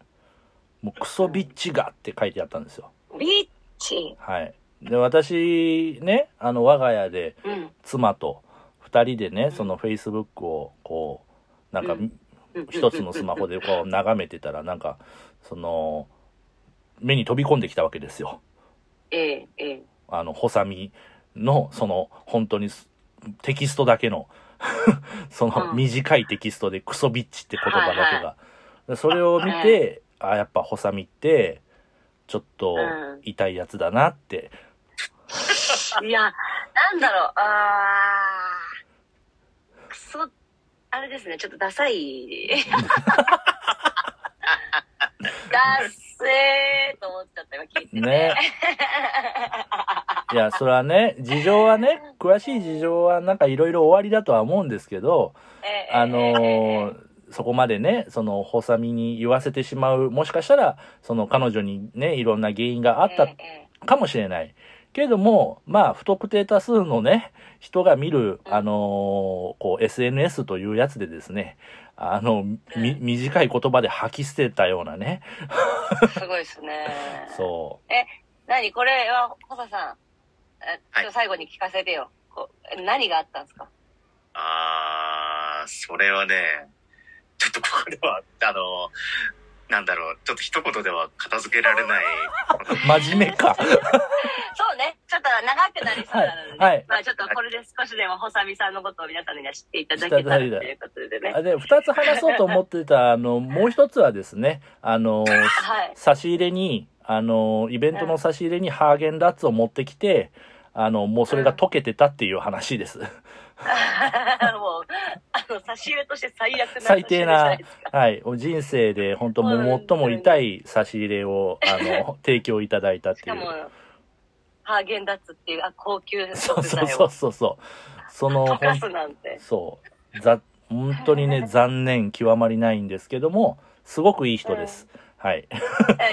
Speaker 2: もうクソビッチがって書いてあったんですよ
Speaker 7: ビッチ。
Speaker 2: はいで私ねあの我が家で
Speaker 7: うん。
Speaker 2: 妻と2人でね、
Speaker 7: ん
Speaker 2: そのフェイスブックをこうなんか、
Speaker 7: うん
Speaker 2: 一つのスマホで こう眺めてたら、なんか、その、目に飛び込んできたわけですよ。
Speaker 7: ええ、ええ。
Speaker 2: あの、ホサミの、その、本当にすテキストだけの、 その
Speaker 7: うん
Speaker 2: 短いテキストでクソビッチって言葉だ
Speaker 7: は
Speaker 2: け
Speaker 7: い
Speaker 2: が。でそれを見て、あ、やっぱホサミって、ちょっと
Speaker 7: うん
Speaker 2: 痛いやつだなって、
Speaker 7: いや、なんだろう、あー、クソ、あれですね、ちょっとダ サい。ダッセーと思っちゃった、今聞いてて。
Speaker 2: ね。いや、それはね、事情はね、詳しい事情はなんかいろいろ終わりだとは思うんですけど、
Speaker 7: ええ
Speaker 2: あ
Speaker 7: ええ
Speaker 2: のーそこまでね、その、ホサミに言わせてしまう、もしかしたら、その彼女にね、いろんな原因があった
Speaker 7: ええ
Speaker 2: かもしれない。けれども、まあ、不特定多数のね、人が見る、
Speaker 7: うん
Speaker 2: あのーこう、SNS というやつでですね、あの、み、短い言葉で吐き捨てたようなね、
Speaker 7: ええすごいですね。
Speaker 2: そ
Speaker 7: 何これは、ホサさん、えちょ
Speaker 5: は
Speaker 7: っと最後に聞かせてよ。こう何があったんですか
Speaker 5: あー、それはね、ちょっとこれは、あの、なんだろう、ちょっと一言では片付けられない。
Speaker 2: う、真面目か。
Speaker 7: そうね。ちょっと長くなりそうなので、ね
Speaker 2: はいはい
Speaker 7: まあちょっとこれで少しでも、ホサミさんのことを皆さんには知っていただけたらということでね。
Speaker 2: あで、二つ話そうと思ってた、あの、もう一つはですね、あのー
Speaker 7: はい。
Speaker 2: 差し入れに、あのーイベントの差し入れにハーゲンダッツを持ってきて、あの、もうそれが溶けてたっていう話 です。
Speaker 7: もう、あの、差し入れとして最悪な
Speaker 2: 最低
Speaker 7: 差
Speaker 2: な
Speaker 7: し入れじゃいですか、
Speaker 2: はい、人生で本当も最も痛い差し入れを、あの、提供いただいたっ
Speaker 7: して
Speaker 2: い
Speaker 7: か
Speaker 2: う。
Speaker 7: も、ハーゲンダッツっていう、あ、高級
Speaker 2: そう
Speaker 7: 食
Speaker 2: そ
Speaker 7: 材
Speaker 2: うそ
Speaker 7: を
Speaker 2: うそうそう。その、
Speaker 7: 溶
Speaker 2: ほ
Speaker 7: か
Speaker 2: ん
Speaker 7: すなんて。
Speaker 2: そう、ざ、本当にね、残念極まりないんですけども、すごくいい人です。はい。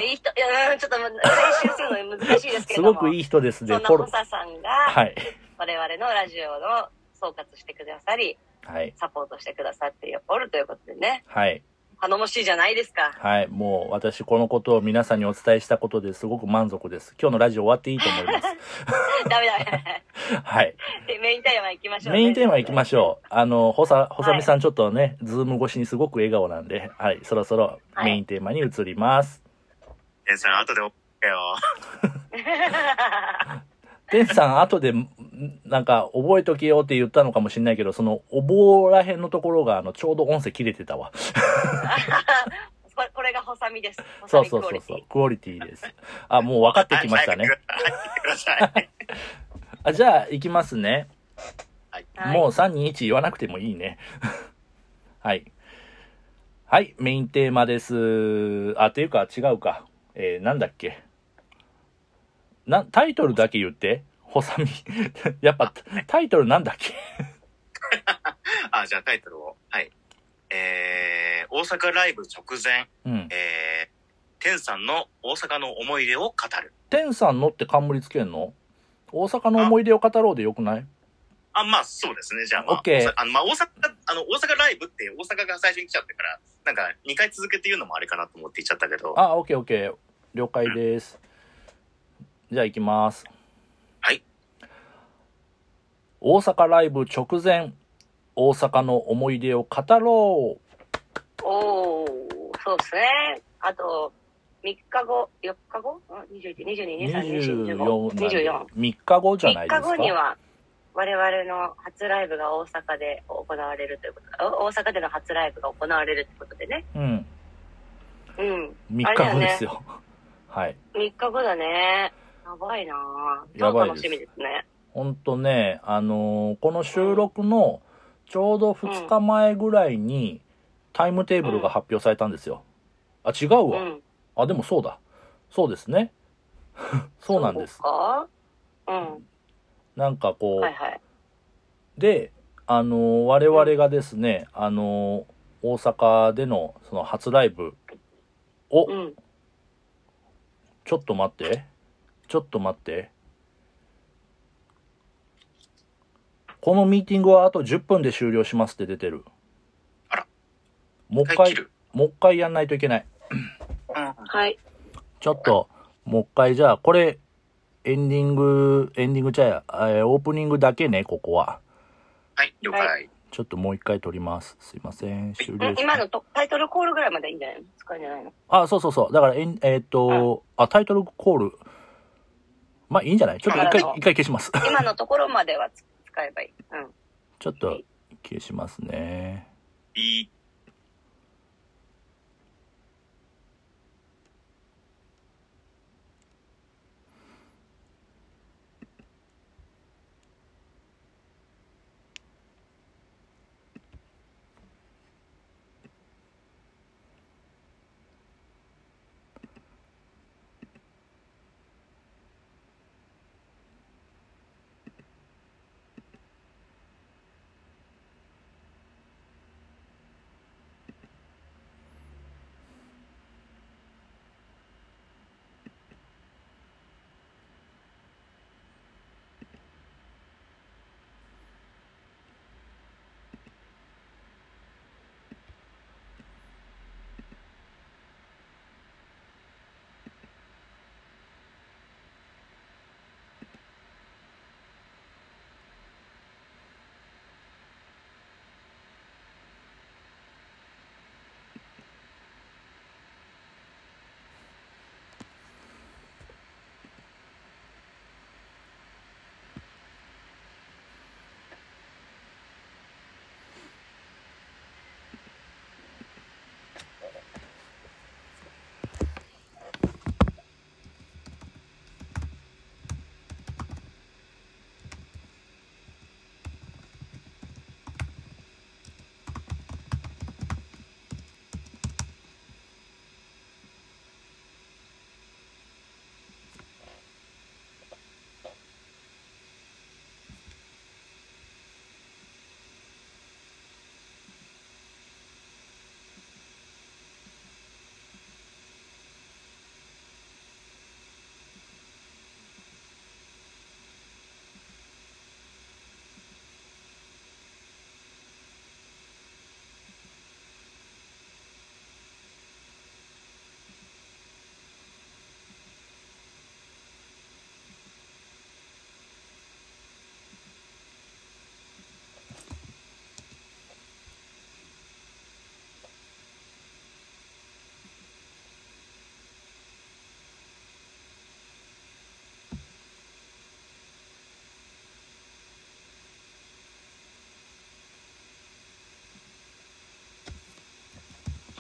Speaker 7: えいい人、いやうんちょっともう、回収するの難しいですけ
Speaker 2: す
Speaker 7: れ
Speaker 2: ご
Speaker 7: ども。
Speaker 2: くいい人ですで、
Speaker 7: そんな
Speaker 2: フォロー。
Speaker 7: ホサさんが、
Speaker 2: はい。
Speaker 7: 我々のラジオの総括してくださり、
Speaker 2: はい。
Speaker 7: サポートしてくださっておるということでね、
Speaker 2: はい。
Speaker 7: 頼もしいじゃないですか。
Speaker 2: はい。もう、私、このことを皆さんにお伝えしたことですごく満足です。今日のラジオ終わっていいと思い ます。
Speaker 7: ダメダメ。
Speaker 2: はい。
Speaker 7: で メインテーマ行きましょう、
Speaker 2: メインテーマ行きましょう。あの、ほさ、ほさ
Speaker 7: は
Speaker 2: み
Speaker 7: い
Speaker 2: さんちょっとね、ズーム越しにすごく笑顔なんで、はい、そろそろ
Speaker 7: はい
Speaker 2: メインテーマに移ります。
Speaker 5: 天さん、後でおっけよ。
Speaker 2: てんさん、後で、んなんか、覚えときよって言ったのかもしれないけど、その、お棒らへんのところが、あの、ちょうど音声切れてたわ。
Speaker 7: う。これこれがホサミです。ホサ
Speaker 2: そう
Speaker 7: ミク
Speaker 2: そう
Speaker 7: オ
Speaker 2: そう
Speaker 7: リ
Speaker 2: そ
Speaker 7: テ
Speaker 2: う、クオリティ です。あ、もう分かってきましたね
Speaker 5: はい。。早くください。はい
Speaker 2: あ、じゃあ、行きますね。
Speaker 7: ィ。はい
Speaker 2: もう321言わなくてもいいね。 はい。はい、メインテーマです。あ、ていうか違うか。えーなんだっけ。な、タイトルだけ言って。ホサミ。 やっぱ、タイトルなんだっけ。
Speaker 5: あ、じゃあタイトルを。はい。えー、大阪ライブ直前、
Speaker 2: うん。
Speaker 5: えー、天さんの大阪の思い出を語る。
Speaker 2: 天さんのって冠つけんの大阪の思い出を語ろうでよくない
Speaker 5: あ、まあそうですね。じゃあまあ、
Speaker 2: オッケー
Speaker 5: 大阪あのまあ大阪、あの、大阪ライブって大阪が最初に来ちゃってから、なんか2回続けて言うのもあれかなと思って言っちゃったけど、
Speaker 2: あ、オッケーオッケー。了解です。じゃあ行きます。
Speaker 5: はい。
Speaker 2: 大阪ライブ直前、大阪の思い出を語ろう。
Speaker 7: おー、そうですね。あと、3日後、4日後ん ?21、22、23、24、
Speaker 2: 24
Speaker 7: 24。
Speaker 2: 3日後じゃな
Speaker 7: 3
Speaker 2: いです
Speaker 7: 日
Speaker 2: か
Speaker 7: 後には、我々の初ライブが大阪で行われるということ、お大阪での初ライブが行われるということでね。
Speaker 2: うん
Speaker 7: うん。
Speaker 2: 3日後ですよ はい
Speaker 7: 3日後だね。やばいなぁ。
Speaker 2: やばいです
Speaker 7: 楽しみですね。
Speaker 2: ほんとねあのーこの収録のちょうど2日前ぐらいにタイムテーブルが発表されたんですよあ違う
Speaker 7: う
Speaker 2: わ、
Speaker 7: ん。
Speaker 2: あでもそうだそうですねそうなんです
Speaker 7: かうん。
Speaker 2: なんかこう、
Speaker 7: はいはい。
Speaker 2: で、あのー我々がですね、あのー大阪でのその初ライブを、
Speaker 7: うん。
Speaker 2: ちょっと待って。ちょっと待って。このミーティングはあと10分で終了しますって出てる。
Speaker 5: あら。
Speaker 2: もう一
Speaker 5: 一回切
Speaker 2: 回
Speaker 5: る、
Speaker 2: もう一回やんないといけない。
Speaker 7: はい。
Speaker 2: ちょっと、もう一回じゃあ、これ、エンディング、エンディングじゃあ、えーオープニングだけね、ここは。
Speaker 5: はい、了解。
Speaker 7: は
Speaker 5: は
Speaker 2: ちちょっともう一回撮ります。すいません。終
Speaker 7: う
Speaker 2: 了
Speaker 7: ん今のとタイトルコールぐらいまでいいんじゃないの使うんじゃないの
Speaker 2: あ、そうそうそう。だから、えんえーっと、あ、タイトルコール。まあいいんじゃないちょっと一
Speaker 7: だか
Speaker 2: 回、
Speaker 7: ら
Speaker 2: 一回消します。
Speaker 7: 今のところまではつ使えばいい。うん。
Speaker 2: ちょっと消しますね。
Speaker 5: いい。もしもーし。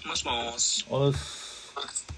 Speaker 2: おっす。